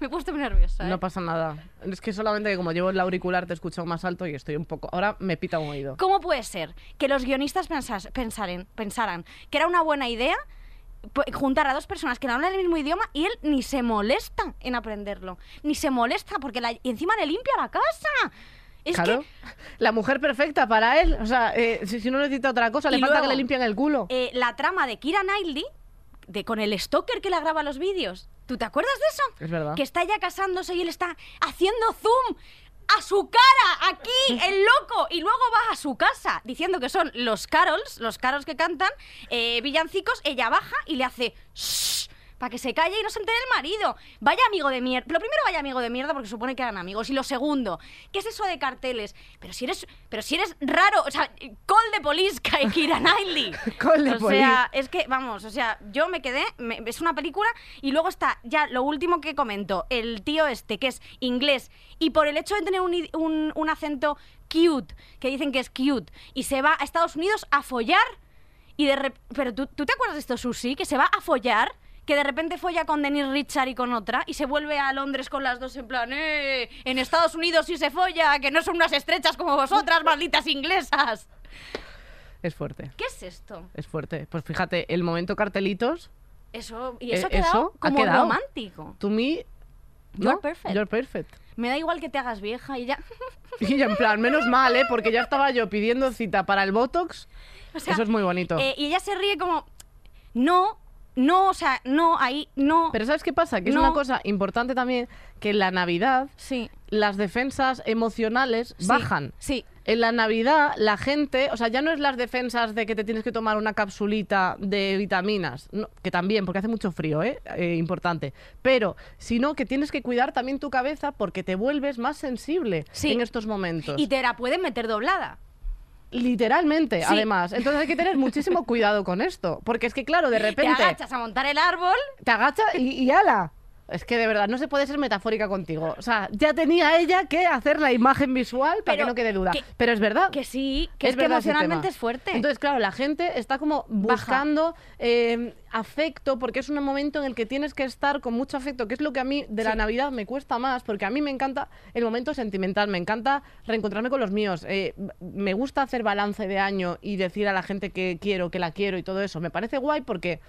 Speaker 3: Me he puesto muy nerviosa. ¿eh?
Speaker 2: No pasa nada. Es que solamente que como llevo el auricular te escucho más alto y estoy un poco... Ahora me pita un oído.
Speaker 3: ¿Cómo puede ser que los guionistas pensas- pensaren- pensaran que era una buena idea pu- juntar a dos personas que no hablan el mismo idioma y él ni se molesta en aprenderlo? Ni se molesta porque la- y encima le limpia la casa. Es
Speaker 2: claro. La mujer perfecta para él. O sea, eh, si, si no necesita otra cosa, le
Speaker 3: Y
Speaker 2: falta
Speaker 3: luego-
Speaker 2: que le limpien el culo.
Speaker 3: que eh, la trama de Kira Knightley de, con el stalker que le graba los vídeos, ¿tú te acuerdas de eso?
Speaker 2: es verdad.
Speaker 3: Que está ella casándose y él está haciendo zoom a su cara, aquí, el loco, y luego va a su casa diciendo que son los carols, los carols que cantan, eh, villancicos, ella baja y le hace shh, para que se calle y no se entere el marido. Vaya amigo de mierda. Lo primero, vaya amigo de mierda porque supone que eran amigos. Y lo segundo, ¿qué es eso de carteles? Pero si eres, pero si eres raro, o sea, call de police, Kai- Keira Knightley.
Speaker 2: Call the
Speaker 3: o sea, es que, vamos, o sea, yo me quedé, me- es una película y luego está ya lo último que comento, el tío este que es inglés y por el hecho de tener un, i- un- un acento cute, que dicen que es cute, y se va a Estados Unidos a follar y de rep- Pero ¿tú, tú te acuerdas de esto, Susi? Que se va a follar, que de repente folla con Denise Richard y con otra, y se vuelve a Londres con las dos en plan, ¡eh! En Estados Unidos sí se folla, que no son unas estrechas como vosotras, malditas inglesas.
Speaker 2: Es fuerte.
Speaker 3: ¿Qué es esto?
Speaker 2: Es fuerte. Pues fíjate, el momento cartelitos,
Speaker 3: Eso, y
Speaker 2: Eh,
Speaker 3: eso ha quedado
Speaker 2: eso ha
Speaker 3: como
Speaker 2: quedado.
Speaker 3: romántico.
Speaker 2: to me.
Speaker 3: You're
Speaker 2: ¿no?
Speaker 3: perfect.
Speaker 2: You're perfect.
Speaker 3: Me da igual que te hagas vieja y ya.
Speaker 2: Y en plan, menos mal, ¿eh? Porque ya estaba yo pidiendo cita para el Botox.
Speaker 3: O sea,
Speaker 2: Eso es muy bonito.
Speaker 3: eh, y ella se ríe como, no, no, o sea, no, ahí, no.
Speaker 2: Pero ¿sabes qué pasa? Que es
Speaker 3: no.
Speaker 2: una cosa importante también, que en la Navidad
Speaker 3: sí,
Speaker 2: las defensas emocionales
Speaker 3: sí,
Speaker 2: bajan.
Speaker 3: Sí.
Speaker 2: En la Navidad la gente, o sea, ya no es las defensas de que te tienes que tomar una capsulita de vitaminas, no, que también, porque hace mucho frío, ¿eh? Eh, importante, pero sino que tienes que cuidar también tu cabeza porque te vuelves más sensible
Speaker 3: Sí.
Speaker 2: en estos momentos.
Speaker 3: Y te la pueden meter doblada.
Speaker 2: Literalmente,
Speaker 3: Sí.
Speaker 2: además. Entonces hay que tener muchísimo cuidado con esto, porque es que claro, de
Speaker 3: Te
Speaker 2: repente
Speaker 3: agachas a montar el árbol
Speaker 2: te agacha y, y ala. Es que de verdad, no se puede ser metafórica contigo. O sea, ya tenía ella que hacer la imagen visual para
Speaker 3: Pero
Speaker 2: que no quede duda.
Speaker 3: que-
Speaker 2: pero es verdad.
Speaker 3: Que sí, que es, que
Speaker 2: verdad ese
Speaker 3: emocionalmente
Speaker 2: tema.
Speaker 3: es fuerte.
Speaker 2: Entonces, claro, la gente está como buscando eh, afecto porque es un momento en el que tienes que estar con mucho afecto, que es lo que a mí de la
Speaker 3: Sí.
Speaker 2: Navidad me cuesta más, porque a mí me encanta el momento sentimental, me encanta reencontrarme con los míos, eh, me gusta hacer balance de año y decir a la gente que quiero, que la quiero y todo eso. Me parece guay porque...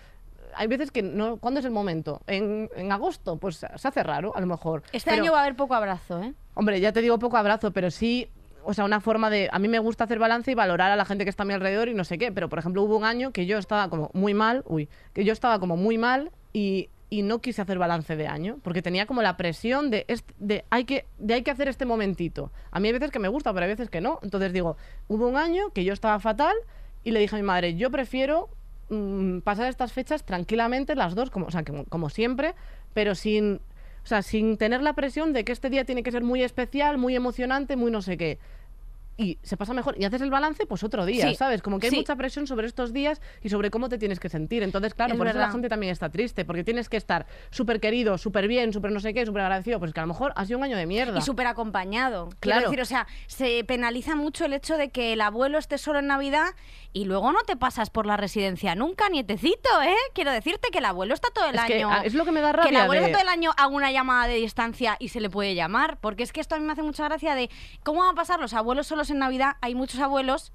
Speaker 2: Hay veces que no. ¿Cuándo es el momento? En, en agosto, pues se hace raro, a lo mejor.
Speaker 3: este
Speaker 2: Pero-
Speaker 3: año va a haber poco abrazo, ¿eh?
Speaker 2: Hombre, ya te digo poco abrazo, pero sí, o sea, una forma de... A mí me gusta hacer balance y valorar a la gente que está a mi alrededor y no sé qué, pero por ejemplo hubo un año que yo estaba como muy mal, uy, que yo estaba como muy mal y, y no quise hacer balance de año, porque tenía como la presión de, est- de, hay que, de hay que hacer este momentito. A mí hay veces que me gusta, pero hay veces que no. Entonces digo, hubo un año que yo estaba fatal y le dije a mi madre, yo prefiero mm, pasar estas fechas tranquilamente las dos, como, o sea, como, como siempre, pero sin, o sea, sin tener la presión de que este día tiene que ser muy especial, muy emocionante, muy no sé qué. Y se pasa mejor. Y haces el balance, pues otro día,
Speaker 3: Sí,
Speaker 2: ¿sabes? Como que hay
Speaker 3: sí.
Speaker 2: mucha presión sobre estos días y sobre cómo te tienes que sentir. Entonces, claro,
Speaker 3: Es
Speaker 2: por eso la
Speaker 3: verdad.
Speaker 2: gente también está triste, porque tienes que estar súper querido, súper bien, súper no sé qué, súper agradecido. Pues que a lo mejor ha sido un año de mierda.
Speaker 3: Y súper acompañado. Quiero
Speaker 2: Claro.
Speaker 3: decir, o sea, se penaliza mucho el hecho de que el abuelo esté solo en Navidad y luego no te pasas por la residencia nunca, nietecito, ¿eh? Quiero decirte que el abuelo está todo el
Speaker 2: Es
Speaker 3: año.
Speaker 2: que, ah, es lo que me da
Speaker 3: Que el
Speaker 2: rabia
Speaker 3: abuelo
Speaker 2: de-
Speaker 3: está todo el año a una llamada de distancia y se le puede llamar. Porque es que esto a mí me hace mucha gracia de cómo van a pasar los abuelos solos en Navidad. Hay muchos abuelos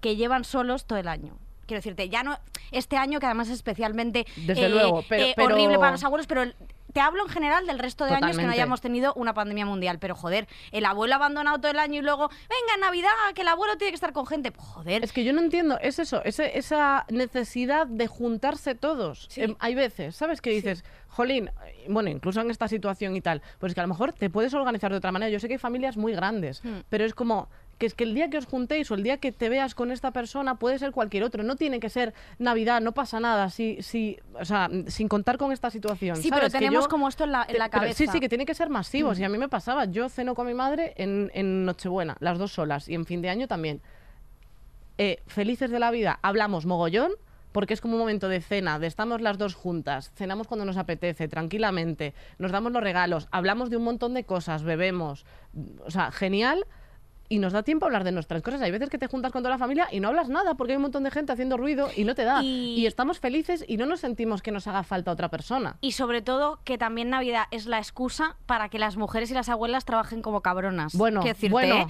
Speaker 3: que llevan solos todo el año. Quiero decirte, ya no. Este año, que además es especialmente
Speaker 2: Desde luego, pero-
Speaker 3: eh,
Speaker 2: pero-
Speaker 3: horrible para los abuelos, pero el- te hablo en general del resto de años que no
Speaker 2: Totalmente.
Speaker 3: hayamos tenido una pandemia mundial. Pero joder, el abuelo abandonado todo el año y luego, venga, Navidad, que el abuelo tiene que estar con gente. Joder.
Speaker 2: Es que yo no entiendo, es eso, ese- esa necesidad de juntarse todos.
Speaker 3: Sí.
Speaker 2: Em, hay veces, ¿sabes? Que dices, jolín, eh, bueno, incluso en esta situación y tal, pues que a lo mejor te puedes organizar de otra manera. Yo sé que hay familias muy grandes,
Speaker 3: Hmm.
Speaker 2: pero es como que es que el día que os juntéis o el día que te veas con esta persona puede ser cualquier otro, no tiene que ser Navidad, no pasa nada, si, si, o sea, mm, sin contar con esta situación.
Speaker 3: sí, pero
Speaker 2: ¿sabes? Que
Speaker 3: tenemos
Speaker 2: yo-
Speaker 3: como esto en la, en la
Speaker 2: pero
Speaker 3: cabeza. Mm.
Speaker 2: sí, sí, que tiene que ser masivo. Y a mí me pasaba. Yo ceno con mi madre en, en Nochebuena, las dos solas, y en fin de año también. Eh, felices de la vida, hablamos mogollón, porque es como un momento de cena, de estamos las dos juntas, cenamos cuando nos apetece, tranquilamente, nos damos los regalos, hablamos de un montón de cosas, bebemos. O sea, genial. Y nos da tiempo a hablar de nuestras cosas. Hay veces que te juntas con toda la familia y no hablas nada porque hay un montón de gente haciendo ruido y no te da.
Speaker 3: Y-
Speaker 2: y estamos felices y no nos sentimos que nos haga falta otra persona.
Speaker 3: Y sobre todo que también Navidad es la excusa para que las mujeres y las abuelas trabajen como cabronas.
Speaker 2: Bueno,
Speaker 3: Quiero decirte,
Speaker 2: bueno.
Speaker 3: ¿eh?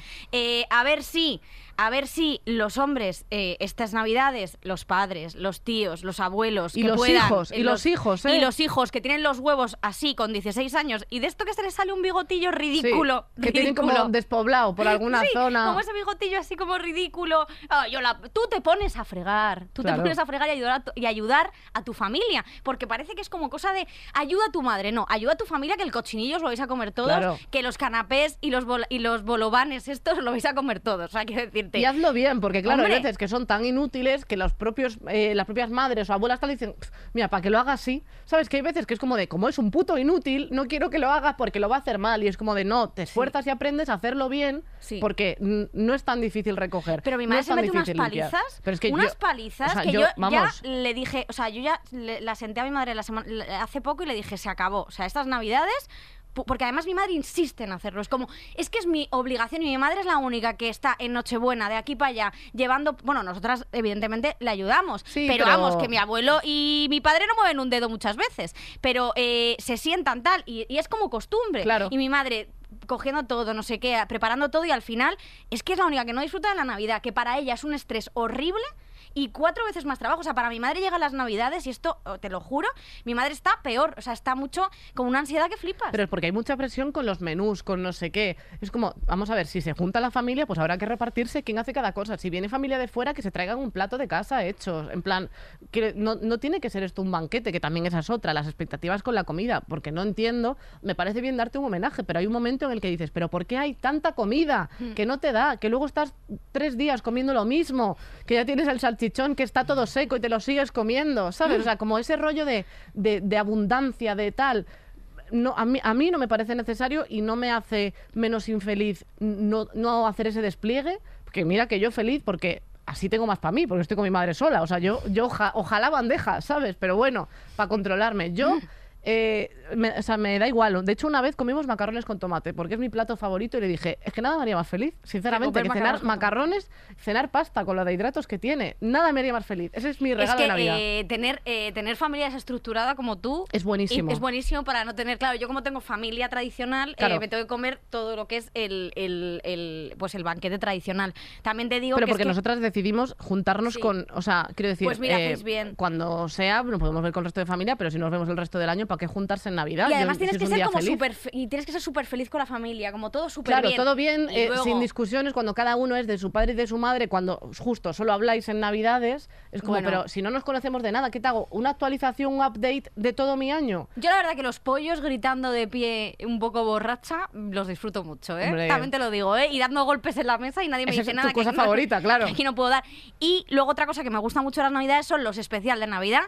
Speaker 3: Eh, a ver si, a ver si los hombres eh, estas Navidades, los padres, los tíos, los abuelos,
Speaker 2: Y
Speaker 3: que
Speaker 2: los
Speaker 3: puedan,
Speaker 2: hijos,
Speaker 3: eh,
Speaker 2: y los hijos, ¿eh?
Speaker 3: y los hijos que tienen los huevos así con 16 años y de esto que se les sale un bigotillo
Speaker 2: Sí,
Speaker 3: ridículo,
Speaker 2: que tienen como
Speaker 3: ridículo.
Speaker 2: despoblado por alguna
Speaker 3: Sí,
Speaker 2: zona.
Speaker 3: Como ese bigotillo así como ridículo. Ah, yo la- tú te pones a fregar. Tú
Speaker 2: Claro.
Speaker 3: te pones a fregar y ayudar a, tu, y ayudar a tu familia. Porque parece que es como cosa de ayuda a tu madre. No, ayuda a tu familia que el cochinillo os lo vais a comer todos.
Speaker 2: Claro.
Speaker 3: Que los canapés y los, bol- y los bolovanes estos lo vais a comer todos. O sea, quiero decirte.
Speaker 2: Y hazlo bien, porque claro,
Speaker 3: Hombre.
Speaker 2: hay veces que son tan inútiles que los propios, eh, las propias madres o abuelas tal dicen, "Pf, mira, para que lo haga así, ¿sabes? Que hay veces que es como de, como es un puto inútil, no quiero que lo hagas porque lo va a hacer mal. Y es como de, no, te esfuerzas y aprendes a hacerlo bien
Speaker 3: Sí.
Speaker 2: porque mm, no es tan difícil recoger.
Speaker 3: Pero mi
Speaker 2: no
Speaker 3: madre
Speaker 2: es
Speaker 3: se
Speaker 2: tan
Speaker 3: mete unas
Speaker 2: difícil limpiar".
Speaker 3: palizas.
Speaker 2: Pero es que
Speaker 3: unas
Speaker 2: yo-
Speaker 3: palizas
Speaker 2: o sea,
Speaker 3: que yo,
Speaker 2: vamos,
Speaker 3: ya le dije. O sea, yo ya le- la senté a mi madre la semana, la- hace poco y le dije, se acabó. O sea, estas navidades. pu- Porque además mi madre insiste en hacerlo. Es como, es que es mi obligación y mi madre es la única que está en Nochebuena, de aquí para allá, llevando. Bueno, nosotras, evidentemente, le ayudamos.
Speaker 2: Sí,
Speaker 3: pero,
Speaker 2: pero-
Speaker 3: vamos, que mi abuelo y mi padre no mueven un dedo muchas veces. Pero eh, se sientan tal. Y, y es como costumbre.
Speaker 2: Claro.
Speaker 3: Y mi madre cogiendo todo, no sé qué, preparando todo y al final es que es la única que no disfruta de la Navidad, que para ella es un estrés horrible y cuatro veces más trabajo. O sea, para mi madre llegan las Navidades y esto, oh, te lo juro, mi madre está peor, o sea, está mucho con una ansiedad que flipas.
Speaker 2: Pero es porque hay mucha presión con los menús, con no sé qué. Es como, vamos a ver, si se junta la familia, pues habrá que repartirse quién hace cada cosa. Si viene familia de fuera, que se traigan un plato de casa hecho. En plan, que no, no tiene que ser esto un banquete, que también esa es otra, las expectativas con la comida. Porque no entiendo, me parece bien darte un homenaje, pero hay un momento en el que dices, pero ¿por qué hay tanta comida que no te da? Que luego estás tres días comiendo lo mismo, que ya tienes el salchichón que está todo seco y te lo sigues comiendo, ¿sabes? O sea, como ese rollo de, de- de abundancia, de tal no, a, mí, a mí no me parece necesario y no me hace menos infeliz no, no hacer ese despliegue. Porque mira que yo feliz porque así tengo más para mí, porque estoy con mi madre sola. O sea, yo, yo oja- ojalá bandeja, ¿sabes? Pero bueno, para controlarme. Yo, eh, me, o sea, me da igual. De hecho, una vez comimos macarrones con tomate porque es mi plato favorito y le dije, es que nada me haría más feliz, sinceramente,
Speaker 3: comer
Speaker 2: que
Speaker 3: macarrones
Speaker 2: cenar
Speaker 3: con tomate".
Speaker 2: macarrones, cenar pasta con lo de hidratos que tiene. Nada me haría más feliz. Ese es mi regalo
Speaker 3: es que
Speaker 2: de Navidad.
Speaker 3: eh, tener, eh, tener familia desestructurada como tú
Speaker 2: Es buenísimo.
Speaker 3: y- Es buenísimo para no tener, claro, yo como tengo familia tradicional, eh,
Speaker 2: Claro.
Speaker 3: me tengo que comer todo lo que es el, el- el- pues el banquete tradicional. También te digo
Speaker 2: Pero
Speaker 3: que es
Speaker 2: porque
Speaker 3: que-
Speaker 2: nosotras decidimos juntarnos
Speaker 3: Sí.
Speaker 2: con, o sea, quiero decir, eh,
Speaker 3: Pues mira, hacéis bien.
Speaker 2: cuando sea, nos podemos ver con el resto de familia, pero si nos vemos el resto del año, ¿para qué juntarse en Navidad?
Speaker 3: Y
Speaker 2: Yo-
Speaker 3: además
Speaker 2: si
Speaker 3: tienes
Speaker 2: es
Speaker 3: que
Speaker 2: un
Speaker 3: ser
Speaker 2: día
Speaker 3: como
Speaker 2: feliz.
Speaker 3: súper fe- y tienes que ser súper feliz con la familia, como todo súper
Speaker 2: Claro,
Speaker 3: bien.
Speaker 2: todo bien,
Speaker 3: Y
Speaker 2: eh,
Speaker 3: luego-
Speaker 2: sin discusiones, cuando cada uno es de su padre y de su madre, cuando justo solo habláis en Navidades, es como,
Speaker 3: Bueno.
Speaker 2: pero si no nos conocemos de nada, ¿qué te hago? ¿Una actualización, un update de todo mi año?
Speaker 3: Yo la verdad que los pollos gritando de pie un poco borracha los disfruto mucho, ¿eh?
Speaker 2: Hombre.
Speaker 3: También te lo digo, ¿eh? Y dando golpes en la mesa y nadie me
Speaker 2: Esa
Speaker 3: dice
Speaker 2: es tu
Speaker 3: nada. que
Speaker 2: cosa
Speaker 3: aquí no-
Speaker 2: favorita, claro.
Speaker 3: que Aquí no puedo dar. Y luego otra cosa que me gusta mucho de las navidades son los especiales de Navidad.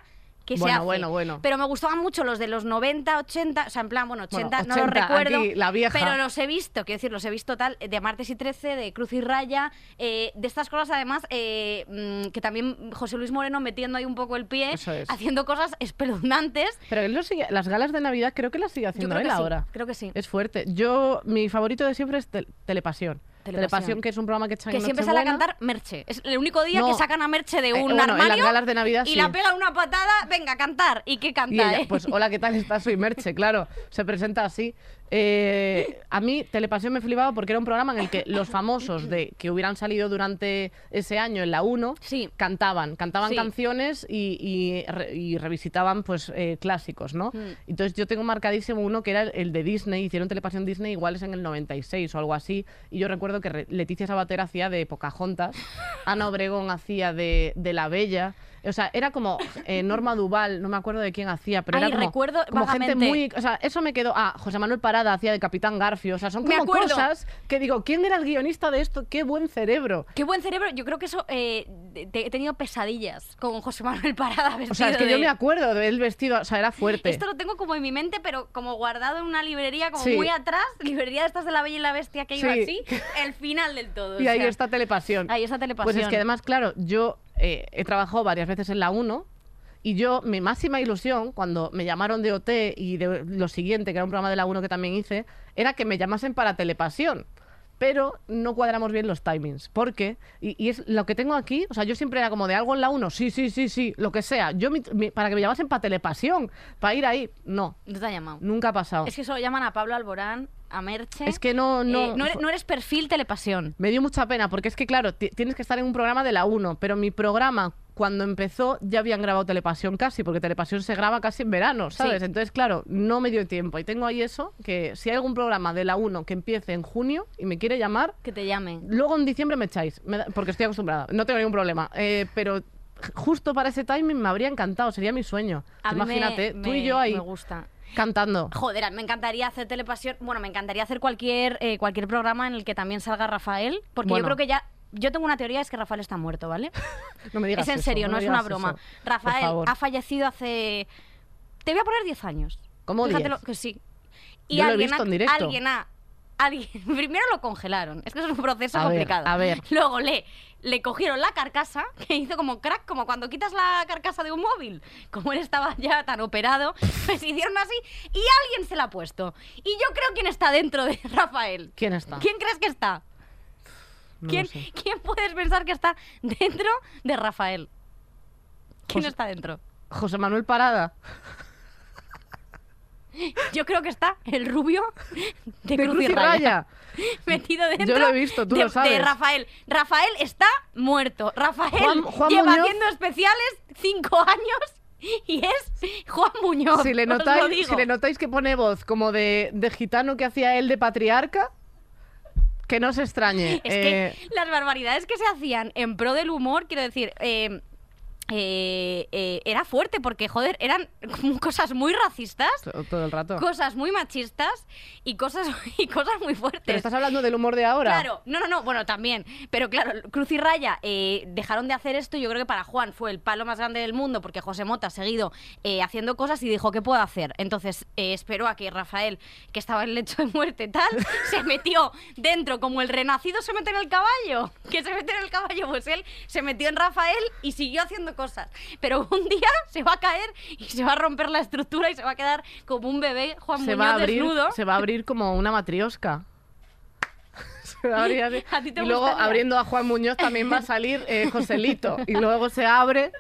Speaker 3: Que se
Speaker 2: Bueno,
Speaker 3: hace.
Speaker 2: bueno, bueno.
Speaker 3: Pero me gustaban mucho los de los 90, 80, o sea, en plan, bueno, 80,
Speaker 2: Bueno,
Speaker 3: no los
Speaker 2: 80,
Speaker 3: recuerdo.
Speaker 2: aquí, la vieja.
Speaker 3: Pero los he visto, quiero decir, los he visto tal, de martes y 13, de Cruz y Raya, eh, de estas cosas además, eh, mm, que también José Luis Moreno metiendo ahí un poco el pie,
Speaker 2: Eso es.
Speaker 3: haciendo cosas espeluznantes.
Speaker 2: Pero él lo sigue- las galas de Navidad creo que las sigue
Speaker 3: Yo
Speaker 2: haciendo
Speaker 3: creo
Speaker 2: él
Speaker 3: que sí,
Speaker 2: ahora.
Speaker 3: creo que sí.
Speaker 2: Es fuerte. Yo, mi favorito de siempre es tel- Telepasión.
Speaker 3: Telepasión.
Speaker 2: Telepasión. que es un programa que echan
Speaker 3: Que
Speaker 2: en
Speaker 3: siempre sale a
Speaker 2: Nochebuena.
Speaker 3: cantar Merche. Es el único día
Speaker 2: No.
Speaker 3: que sacan a Merche de
Speaker 2: Eh,
Speaker 3: un
Speaker 2: bueno, en las
Speaker 3: armario
Speaker 2: galas de Navidad
Speaker 3: y
Speaker 2: sí.
Speaker 3: la pegan una patada, venga, a cantar. ¿Y qué canta,
Speaker 2: Y ella,
Speaker 3: eh?
Speaker 2: pues hola, ¿qué tal? Está soy Merche, claro. Se presenta así. Eh, a mí Telepasión me flipaba porque era un programa en el que los famosos de que hubieran salido durante ese año en la 1
Speaker 3: Sí.
Speaker 2: cantaban, cantaban
Speaker 3: Sí.
Speaker 2: canciones y, y re- y revisitaban pues eh, clásicos, ¿no?
Speaker 3: Mm.
Speaker 2: Entonces yo tengo marcadísimo uno que era el, el de Disney, hicieron Telepasión Disney igual es en el 96 o algo así, y yo recuerdo que Re- Leticia Sabater hacía de Pocahontas, Ana Obregón hacía de, de La Bella, o sea, era como eh, Norma Duval, no me acuerdo de quién hacía, pero
Speaker 3: Ay,
Speaker 2: era como,
Speaker 3: recuerdo
Speaker 2: como gente
Speaker 3: vagamente.
Speaker 2: muy... O sea, eso me quedó... Ah, José Manuel Parada hacía de Capitán Garfio, o sea, son
Speaker 3: Me
Speaker 2: como
Speaker 3: acuerdo.
Speaker 2: cosas que digo, ¿quién era el guionista de esto? ¡Qué buen cerebro!
Speaker 3: Qué buen cerebro. Yo creo que eso... eh, de- de- he tenido pesadillas con José Manuel Parada vestido
Speaker 2: O sea, es que
Speaker 3: de-
Speaker 2: yo me acuerdo del vestido, o sea, era fuerte.
Speaker 3: Esto lo tengo como en mi mente, pero como guardado en una librería, como
Speaker 2: Sí.
Speaker 3: muy atrás, librería de estas de la Bella y la Bestia que iba
Speaker 2: Sí.
Speaker 3: así, el final del todo.
Speaker 2: Y
Speaker 3: o
Speaker 2: ahí
Speaker 3: sea.
Speaker 2: está Telepasión.
Speaker 3: Ahí está Telepasión.
Speaker 2: Pues es que además, claro, yo eh, he trabajado varias veces en la 1 y yo, mi máxima ilusión, cuando me llamaron de OT y de lo siguiente, que era un programa de la 1 que también hice, era que me llamasen para Telepasión. Pero no cuadramos bien los timings. Porque, y, y es lo que tengo aquí, o sea, yo siempre era como de algo en la 1, sí, sí, sí, sí, lo que sea. Yo mi- mi- para que me llamasen para Telepasión, para ir ahí, no,
Speaker 3: No te ha llamado.
Speaker 2: nunca ha pasado.
Speaker 3: Es que solo llaman a Pablo Alborán, a Merche...
Speaker 2: Es que no-
Speaker 3: Eh,
Speaker 2: no-
Speaker 3: no eres- no eres perfil telepasión.
Speaker 2: Me dio mucha pena porque es que, claro, ti- tienes que estar en un programa de la 1, pero mi programa cuando empezó ya habían grabado Telepasión casi, porque Telepasión se graba casi en verano, ¿sabes?
Speaker 3: Sí.
Speaker 2: Entonces, claro, no me dio tiempo. Y tengo ahí eso, que si hay algún programa de la 1 que empiece en junio y me quiere llamar,
Speaker 3: Que te llamen.
Speaker 2: luego en diciembre me echáis, me da- porque estoy acostumbrada, no tengo ningún problema. Eh, pero justo para ese timing me habría encantado, sería mi sueño.
Speaker 3: A mí me-
Speaker 2: Imagínate, tú
Speaker 3: me- Ah,
Speaker 2: y yo ahí
Speaker 3: Me gusta.
Speaker 2: cantando.
Speaker 3: Joder, a mí me encantaría hacer telepasión. Bueno, me encantaría hacer cualquier, eh, cualquier programa en el que también salga Rafael, porque
Speaker 2: Bueno.
Speaker 3: yo creo que ya. Yo tengo una teoría, es que Rafael está muerto, ¿vale?
Speaker 2: No me digas
Speaker 3: es en
Speaker 2: eso,
Speaker 3: serio, no,
Speaker 2: me
Speaker 3: es una
Speaker 2: digas
Speaker 3: broma.
Speaker 2: eso, por
Speaker 3: Rafael
Speaker 2: favor.
Speaker 3: ha fallecido hace. Te voy a poner 10 años.
Speaker 2: ¿Cómo
Speaker 3: Fíjate
Speaker 2: 10?
Speaker 3: lo que sí.
Speaker 2: Yo lo he
Speaker 3: alguien
Speaker 2: visto
Speaker 3: ha-
Speaker 2: en directo.
Speaker 3: Alguien ha. Alguien, primero lo congelaron. Es que es un proceso
Speaker 2: A ver,
Speaker 3: complicado.
Speaker 2: a ver.
Speaker 3: Luego le, le cogieron la carcasa, que hizo como crack, como cuando quitas la carcasa de un móvil. Como él estaba ya tan operado, pues hicieron así y alguien se la ha puesto. Y yo creo quién está dentro de Rafael.
Speaker 2: ¿Quién está?
Speaker 3: ¿Quién crees que está?
Speaker 2: No lo
Speaker 3: ¿Quién,
Speaker 2: sé.
Speaker 3: quién puedes pensar que está dentro de Rafael? ¿Quién
Speaker 2: José-
Speaker 3: está dentro?
Speaker 2: José Manuel Parada.
Speaker 3: Yo creo que está el rubio de,
Speaker 2: De
Speaker 3: Cruz,
Speaker 2: Cruz y Raya.
Speaker 3: Metido dentro
Speaker 2: lo he visto, tú
Speaker 3: de,
Speaker 2: lo sabes.
Speaker 3: de Rafael. Rafael está muerto. Rafael
Speaker 2: Juan- Juan
Speaker 3: lleva
Speaker 2: Muñoz.
Speaker 3: haciendo especiales cinco años y es Juan Muñoz.
Speaker 2: si, le
Speaker 3: os lo
Speaker 2: notáis,
Speaker 3: digo.
Speaker 2: si le notáis que pone voz como de, de gitano que hacía él de patriarca, que no se extrañe.
Speaker 3: Es
Speaker 2: Eh,
Speaker 3: que las barbaridades que se hacían en pro del humor, quiero decir, eh, eh, eh, era fuerte porque, joder, eran cosas muy racistas,
Speaker 2: to- Todo el rato.
Speaker 3: cosas muy machistas y cosas, y cosas muy
Speaker 2: Pero
Speaker 3: fuertes.
Speaker 2: estás hablando del humor de ahora.
Speaker 3: este Claro, no, no, no, bueno, también. Pero claro, Cruz y Raya eh, dejaron de hacer esto. y Yo creo que para Juan fue el palo más grande del mundo porque José Mota ha seguido eh, haciendo cosas y dijo, ¿qué puedo hacer? Entonces eh, esperó a que Rafael, que estaba en lecho de muerte tal, se metió dentro, como el renacido se mete en el caballo. Que se mete en el caballo, pues él se metió en Rafael y siguió haciendo cosas. Pero un día se va a caer y se va a romper la estructura y se va a quedar como un bebé, Juan
Speaker 2: se
Speaker 3: Muñoz
Speaker 2: va, a abrir,
Speaker 3: desnudo.
Speaker 2: se va a abrir como una matriosca. Se va a abrir así.
Speaker 3: ¿A ti te
Speaker 2: y luego
Speaker 3: gustaría?
Speaker 2: abriendo a Juan Muñoz también va a salir eh, Joselito. Y luego se abre.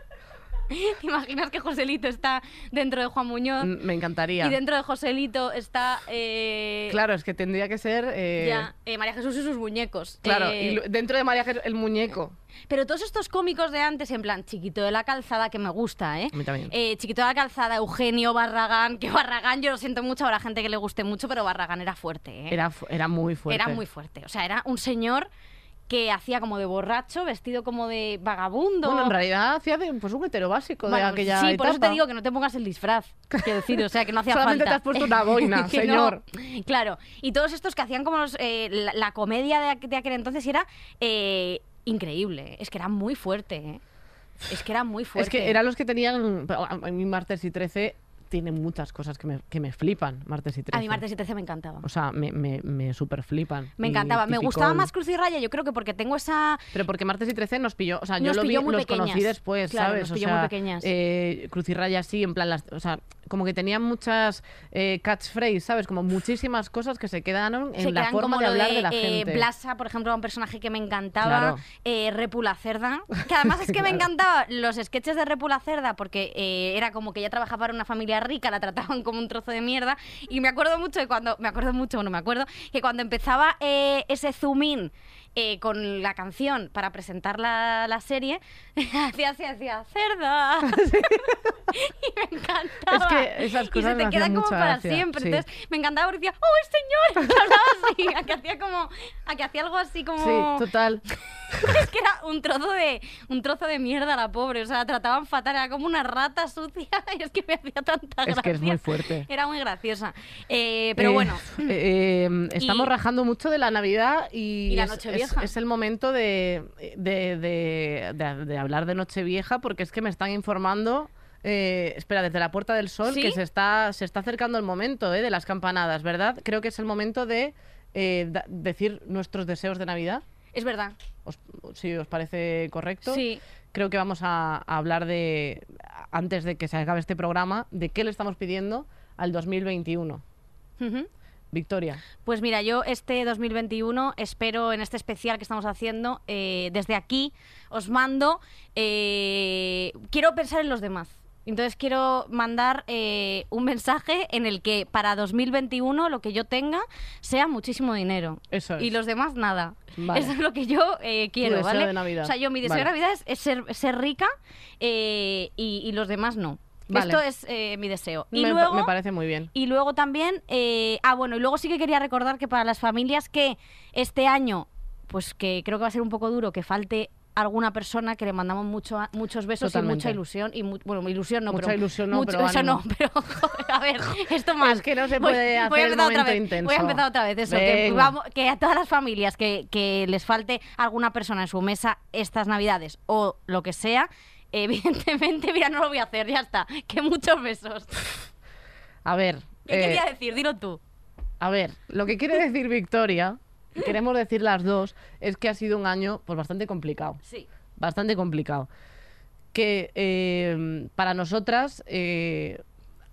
Speaker 3: ¿Te imaginas que Joselito está dentro de Juan Muñoz?
Speaker 2: Mm, Me encantaría.
Speaker 3: Y dentro de Joselito está. eh,
Speaker 2: Claro, es que tendría que ser. eh,
Speaker 3: ya, eh, María Jesús y sus muñecos.
Speaker 2: Claro,
Speaker 3: Eh,
Speaker 2: y lu- dentro de María Jesús, el muñeco.
Speaker 3: Pero todos estos cómicos de antes, en plan Chiquito de la Calzada, que me gusta, ¿eh?
Speaker 2: A mí también.
Speaker 3: Eh, Chiquito de la Calzada, Eugenio, Barragán, que Barragán, yo lo siento mucho, habrá gente que le guste mucho, pero Barragán era fuerte, ¿eh?
Speaker 2: Era, fu- era muy fuerte.
Speaker 3: Era muy fuerte. O sea, era un señor que hacía como de borracho, vestido como de vagabundo.
Speaker 2: Bueno, en realidad hacía de, pues, un hetero básico
Speaker 3: Bueno,
Speaker 2: de aquella
Speaker 3: sí, por eso te
Speaker 2: etapa.
Speaker 3: digo que no te pongas el disfraz. Quiero decir, o sea, que no hacía
Speaker 2: Solamente
Speaker 3: falta.
Speaker 2: te has puesto una boina,
Speaker 3: Que
Speaker 2: señor.
Speaker 3: no. Claro. Y todos estos que hacían como los, eh, la, la comedia de, aqu- de aquel entonces y era eh, increíble. Es que era muy fuerte. ¿eh? Es que era muy fuerte.
Speaker 2: Es que eran los que tenían. pero A a mí, martes y 13 tiene muchas cosas que me, que me flipan. Martes y 13.
Speaker 3: A mí martes y 13 me encantaba.
Speaker 2: O sea, me, me, me super flipan.
Speaker 3: Me
Speaker 2: Y
Speaker 3: encantaba. Me
Speaker 2: típico-
Speaker 3: gustaba más Cruz y Raya, yo creo que porque tengo esa...
Speaker 2: Pero porque martes y 13 nos pilló. O sea,
Speaker 3: Nos
Speaker 2: yo lo vi,
Speaker 3: pilló muy
Speaker 2: los
Speaker 3: pequeñas.
Speaker 2: conocí después,
Speaker 3: Claro,
Speaker 2: ¿sabes?
Speaker 3: nos
Speaker 2: O
Speaker 3: pilló muy
Speaker 2: sea,
Speaker 3: pequeñas.
Speaker 2: eh, Cruz y Raya sí, en plan. Las, o sea, como que tenían muchas eh, catchphrases, ¿sabes? Como muchísimas cosas que se quedaron en
Speaker 3: se
Speaker 2: la
Speaker 3: quedan
Speaker 2: forma
Speaker 3: como
Speaker 2: de
Speaker 3: lo
Speaker 2: hablar de, la
Speaker 3: eh,
Speaker 2: gente.
Speaker 3: Blasa, por ejemplo, era un personaje que me encantaba.
Speaker 2: Claro.
Speaker 3: Eh, Repula Cerda. Que además es que me
Speaker 2: Claro.
Speaker 3: encantaba los sketches de Repula Cerda porque eh, era como que ella trabajaba para una familia rica, la trataban como un trozo de mierda. Y me acuerdo mucho de cuando. Me acuerdo mucho, no me acuerdo. Que cuando empezaba eh, ese zoom in. eh, con la canción para presentar la, la serie, hacía así, hacía cerda. y me encantaba.
Speaker 2: Es que esas
Speaker 3: y se
Speaker 2: cosas me
Speaker 3: te queda
Speaker 2: hacían
Speaker 3: como
Speaker 2: mucha
Speaker 3: para
Speaker 2: gracia,
Speaker 3: siempre.
Speaker 2: sí.
Speaker 3: Entonces, me encantaba porque decía, ¡oh, el señor! Que hablaba así, a que hacía como, a que hacía algo así
Speaker 2: Sí,
Speaker 3: como...
Speaker 2: total.
Speaker 3: es que era un trozo de, un trozo de mierda la pobre, o sea, la trataban fatal, era como una rata sucia, y es que me hacía tanta
Speaker 2: Es
Speaker 3: gracia.
Speaker 2: que es muy fuerte.
Speaker 3: Era muy graciosa. Eh, pero
Speaker 2: Eh,
Speaker 3: bueno,
Speaker 2: eh, eh, estamos
Speaker 3: Y-
Speaker 2: rajando mucho de la Navidad y,
Speaker 3: Y la
Speaker 2: es-
Speaker 3: Nochevieja.
Speaker 2: Es, es el momento de, de, de- de- de hablar de Nochevieja porque es que me están informando. eh, espera, desde la Puerta del Sol,
Speaker 3: ¿Sí?
Speaker 2: que se está, se está acercando el momento eh, de las campanadas, ¿verdad? Creo que es el momento de eh, da- decir nuestros deseos de Navidad,
Speaker 3: es verdad.
Speaker 2: os- si os parece correcto.
Speaker 3: Sí.
Speaker 2: Creo que vamos a, a hablar de, antes de que se acabe este programa, de qué le estamos pidiendo al 2021.
Speaker 3: Ujú.
Speaker 2: Victoria.
Speaker 3: Pues mira, yo este 2021 espero en este especial que estamos haciendo, eh, desde aquí os mando, eh, quiero pensar en los demás. Entonces quiero mandar eh, un mensaje en el que para 2021 lo que yo tenga sea muchísimo dinero.
Speaker 2: Eso es.
Speaker 3: Y los demás nada.
Speaker 2: Vale.
Speaker 3: Eso es lo que yo eh, quiero,
Speaker 2: deseo
Speaker 3: ¿vale?
Speaker 2: de Navidad.
Speaker 3: O sea, yo mi deseo de
Speaker 2: Vale.
Speaker 3: Navidad es, es ser, ser rica eh, y, y los demás no.
Speaker 2: Vale.
Speaker 3: Esto es eh, mi deseo. Y
Speaker 2: me,
Speaker 3: luego,
Speaker 2: me parece muy bien.
Speaker 3: y luego también, eh, ah, bueno, y luego sí que quería recordar que para las familias que este año, pues que creo que va a ser un poco duro, que falte alguna persona que le mandamos mucho, a- muchos besos y
Speaker 2: Totalmente.
Speaker 3: mucha ilusión y mu- bueno ilusión no
Speaker 2: Mucha
Speaker 3: pero
Speaker 2: ilusión no, pero
Speaker 3: eso
Speaker 2: ánimo.
Speaker 3: no pero joder, a ver esto más
Speaker 2: Es que no se puede hacer el
Speaker 3: empezar otra
Speaker 2: momento
Speaker 3: vez voy a
Speaker 2: intenso.
Speaker 3: empezar otra vez eso que,
Speaker 2: Venga.
Speaker 3: vamos, que a todas las familias que, que les falte alguna persona en su mesa estas navidades o lo que sea evidentemente mira no lo voy a hacer ya está que muchos besos
Speaker 2: A ver.
Speaker 3: ¿Qué
Speaker 2: eh,
Speaker 3: quería decir? Dilo tú.
Speaker 2: A ver, lo que quiere decir Victoria, y queremos decir las dos, es que ha sido un año pues bastante complicado.
Speaker 3: Sí.
Speaker 2: Bastante complicado. Que eh, para nosotras eh,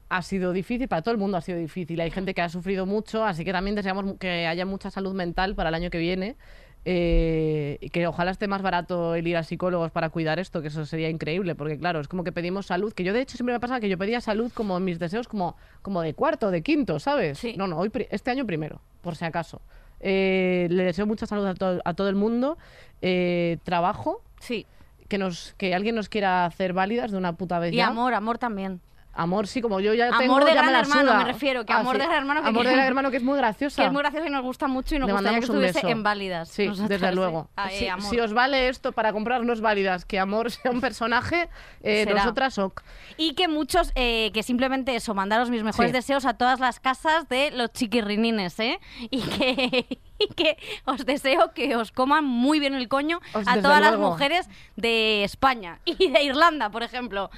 Speaker 2: ha sido difícil, para todo el mundo ha sido difícil. Hay gente que ha sufrido mucho, así que también deseamos mu- que haya mucha salud mental para el año que viene. eh, y que ojalá esté más barato el ir a psicólogos para cuidar esto, que eso sería increíble, porque claro, es como que pedimos salud, que yo de hecho siempre me pasa que yo pedía salud como en mis deseos, como, como de cuarto, de quinto, ¿sabes?
Speaker 3: Sí.
Speaker 2: No, no, hoy, pri- este año primero, por si acaso. Eh, le deseo mucha salud a, to- a todo el mundo, eh, trabajo,
Speaker 3: Sí.
Speaker 2: que, nos, que alguien nos quiera hacer válidas de una puta vez
Speaker 3: Y
Speaker 2: ya.
Speaker 3: amor, amor también.
Speaker 2: Amor, sí, como yo ya
Speaker 3: Amor
Speaker 2: tengo...
Speaker 3: de
Speaker 2: ya
Speaker 3: gran
Speaker 2: la
Speaker 3: hermano,
Speaker 2: suda. Ah,
Speaker 3: me refiero, que amor de gran hermano que-
Speaker 2: Amor de gran hermano que es muy graciosa.
Speaker 3: Que es muy gracioso y nos gusta mucho y nos
Speaker 2: Le
Speaker 3: gustaría que
Speaker 2: mandamos un
Speaker 3: estuviese
Speaker 2: beso.
Speaker 3: en válidas.
Speaker 2: Sí,
Speaker 3: nosotras,
Speaker 2: desde
Speaker 3: ¿eh?
Speaker 2: luego.
Speaker 3: Ah, eh,
Speaker 2: si,
Speaker 3: amor.
Speaker 2: si os vale esto para comprarnos válidas, que amor sea un personaje, eh,
Speaker 3: Será.
Speaker 2: nosotras ok.
Speaker 3: Y que muchos, eh, que simplemente eso, mandaros mis mejores
Speaker 2: Sí.
Speaker 3: deseos a todas las casas de los chiquirrinines, ¿eh? Y que, y que os deseo que os coman muy bien el coño
Speaker 2: Os-
Speaker 3: a
Speaker 2: desde
Speaker 3: todas las
Speaker 2: luego.
Speaker 3: mujeres de España y de Irlanda, por ejemplo.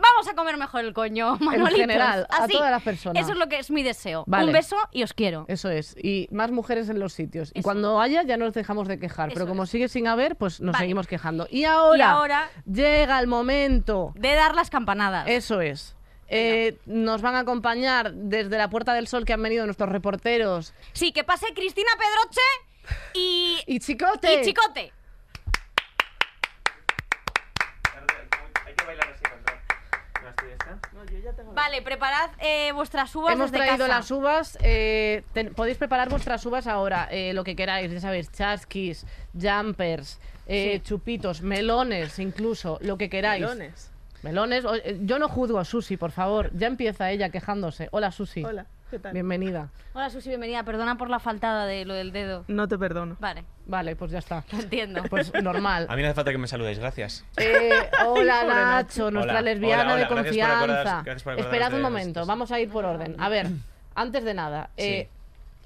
Speaker 3: Vamos a comer mejor el coño, Manolitos.
Speaker 2: general, a
Speaker 3: Así.
Speaker 2: todas las personas.
Speaker 3: Eso es lo que es mi deseo. Un
Speaker 2: Vale. Eh.
Speaker 3: beso y os quiero.
Speaker 2: Eso es. Y más mujeres en los sitios. Y
Speaker 3: Eso.
Speaker 2: cuando haya, ya nos dejamos de quejar.
Speaker 3: Eso
Speaker 2: Pero como
Speaker 3: es.
Speaker 2: sigue sin haber, pues nos
Speaker 3: Vale.
Speaker 2: seguimos quejando. Y ahora,
Speaker 3: Y ahora-
Speaker 2: llega el momento.
Speaker 3: De dar las campanadas.
Speaker 2: Eso es. Eh, nos van a acompañar desde la Puerta del Sol que han venido nuestros reporteros.
Speaker 3: Sí, que pase Cristina Pedroche y,
Speaker 2: ¡Y Chicote!
Speaker 3: y Chicote.
Speaker 5: Hay que bailar así con todo. ¿No estoy esta?
Speaker 3: Vale, preparad eh, vuestras uvas
Speaker 2: Hemos
Speaker 3: desde
Speaker 2: traído
Speaker 3: casa.
Speaker 2: las uvas. eh, ten- podéis preparar vuestras uvas ahora, eh, lo que queráis, ya sabéis, chasquis, jumpers, eh, chupitos, melones, incluso, lo que queráis.
Speaker 6: Melones.
Speaker 2: Melones. o- eh, Yo no juzgo a Susi, por favor. Ya empieza ella quejándose. Hola, Susi.
Speaker 6: Hola, ¿qué tal?
Speaker 2: Bienvenida.
Speaker 3: Hola Susi, bienvenida. Perdona por la faltada de lo del dedo.
Speaker 6: No te perdono.
Speaker 3: Vale,
Speaker 2: Vale, pues ya está.
Speaker 3: lo entiendo.
Speaker 2: Pues normal.
Speaker 5: A mí no hace falta que me saludéis, gracias.
Speaker 2: Eh, hola Nacho, nuestra
Speaker 5: Hola,
Speaker 2: lesbiana
Speaker 5: hola, hola,
Speaker 2: de
Speaker 5: gracias por
Speaker 2: confianza.
Speaker 5: acordaros- gracias por acordaros
Speaker 2: Esperad
Speaker 5: de
Speaker 2: un momento,
Speaker 5: esto.
Speaker 2: vamos a ir por orden. A ver, antes de nada, eh,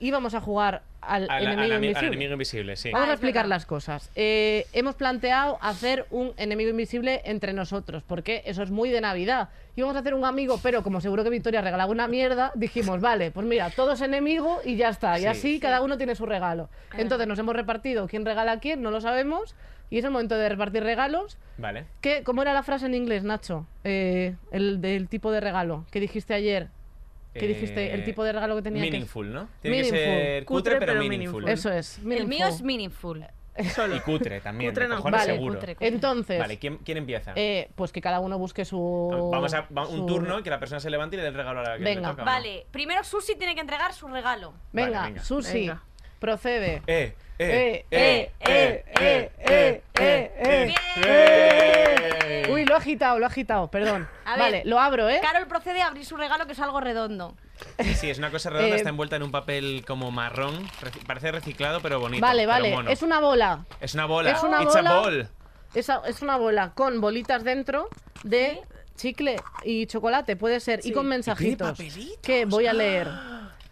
Speaker 2: íbami a jugar al
Speaker 5: Al, al
Speaker 2: enemigo
Speaker 5: ami- al
Speaker 2: invisible.
Speaker 5: enemigo invisible, sí.
Speaker 2: Vamos
Speaker 3: Ah,
Speaker 2: a
Speaker 3: es
Speaker 2: explicar
Speaker 3: verdad.
Speaker 2: las cosas. Eh, hemos planteado hacer un enemigo invisible entre nosotros, porque eso es muy de Navidad. Íbamos a hacer un amigo, pero como seguro que Victoria regalaba una mierda, dijimos, vale, pues mira, todos enemigo y ya está. Y
Speaker 5: Sí.
Speaker 2: así cada uno tiene su regalo. Entonces nos hemos repartido quién regala a quién, no lo sabemos. Y es el momento de repartir regalos.
Speaker 5: Vale.
Speaker 2: ¿Qué, ¿Cómo era la frase en inglés, Nacho? Eh, el del tipo de regalo que dijiste ayer. ¿Qué dijiste? El tipo de regalo que tenía que-
Speaker 5: Eh, Meaningful, ¿no? Tiene que
Speaker 2: Meaningful.
Speaker 5: ser cutre,
Speaker 6: Cutre,
Speaker 5: pero,
Speaker 6: pero
Speaker 5: meaningful.
Speaker 6: meaningful.
Speaker 2: Eso es.
Speaker 3: El mío es
Speaker 2: meaningful.
Speaker 5: Eh,
Speaker 3: meaningful.
Speaker 5: Y cutre también,
Speaker 6: Cutre
Speaker 5: de
Speaker 6: no.
Speaker 5: cojones
Speaker 2: Vale,
Speaker 5: seguro.
Speaker 3: cutre.
Speaker 2: Entonces,
Speaker 5: Vale, ¿quién, quién empieza?
Speaker 2: eh, pues que cada uno busque su.
Speaker 5: Vamos a va- un
Speaker 2: su-
Speaker 5: turno y que la persona se levante y le dé el regalo a la que
Speaker 2: Venga.
Speaker 5: le toca. ¿o no?
Speaker 3: Vale, primero Susi tiene que entregar su regalo.
Speaker 2: Venga,
Speaker 5: Vale, venga.
Speaker 2: Susi,
Speaker 6: Venga.
Speaker 2: procede.
Speaker 5: Eh,
Speaker 2: Eh,
Speaker 5: eh,
Speaker 2: eh, eh, eh, eh, eh, eh.
Speaker 5: eh.
Speaker 2: Uy, lo he agitado, lo he agitado, perdón.
Speaker 3: A ver.
Speaker 2: vale, lo abro, ¿eh?
Speaker 3: Carol procede a abrir su regalo que es algo redondo.
Speaker 5: Sí, es una cosa redonda,
Speaker 2: Eh.
Speaker 5: está envuelta en un papel como marrón. reci- Parece reciclado, pero bonito.
Speaker 2: vale,
Speaker 5: pero
Speaker 2: vale.
Speaker 5: mono.
Speaker 2: Es una bola.
Speaker 5: Es una bola.
Speaker 2: es una
Speaker 5: It's
Speaker 2: bola.
Speaker 5: a ball.
Speaker 2: Esa- es una bola con bolitas dentro de chicle y chocolate, puede ser. Y con mensajitos. que voy a leer.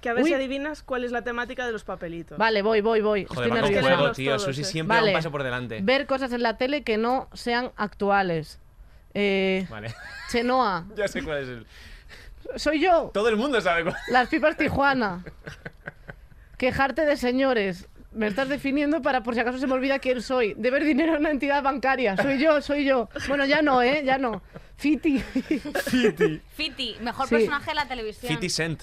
Speaker 6: Que a ver
Speaker 2: Uy.
Speaker 6: si adivinas cuál es la temática de los papelitos.
Speaker 2: Vale, voy, voy, voy.
Speaker 5: Joder, va
Speaker 2: Estoy
Speaker 5: con
Speaker 6: nerviosa.
Speaker 5: juego,
Speaker 2: nerviosa.
Speaker 6: Leerlos
Speaker 5: tío.
Speaker 6: todos,
Speaker 5: Susi
Speaker 6: eh.
Speaker 5: siempre va un paso por delante.
Speaker 2: Ver cosas en la tele que no sean actuales. Eh,
Speaker 5: Vale.
Speaker 2: Chenoa.
Speaker 5: Ya sé cuál es el.
Speaker 2: Soy yo.
Speaker 5: Todo el mundo sabe cuál.
Speaker 2: Las pipas Tijuana. Quejarte de señores. Me estás definiendo para por si acaso se me olvida quién soy. Deber dinero a una entidad bancaria. Soy yo, soy yo. Bueno, ya no, ¿eh? Ya no. Fiti.
Speaker 3: Fiti, mejor
Speaker 2: Sí.
Speaker 3: personaje de la televisión.
Speaker 5: 50 Cent.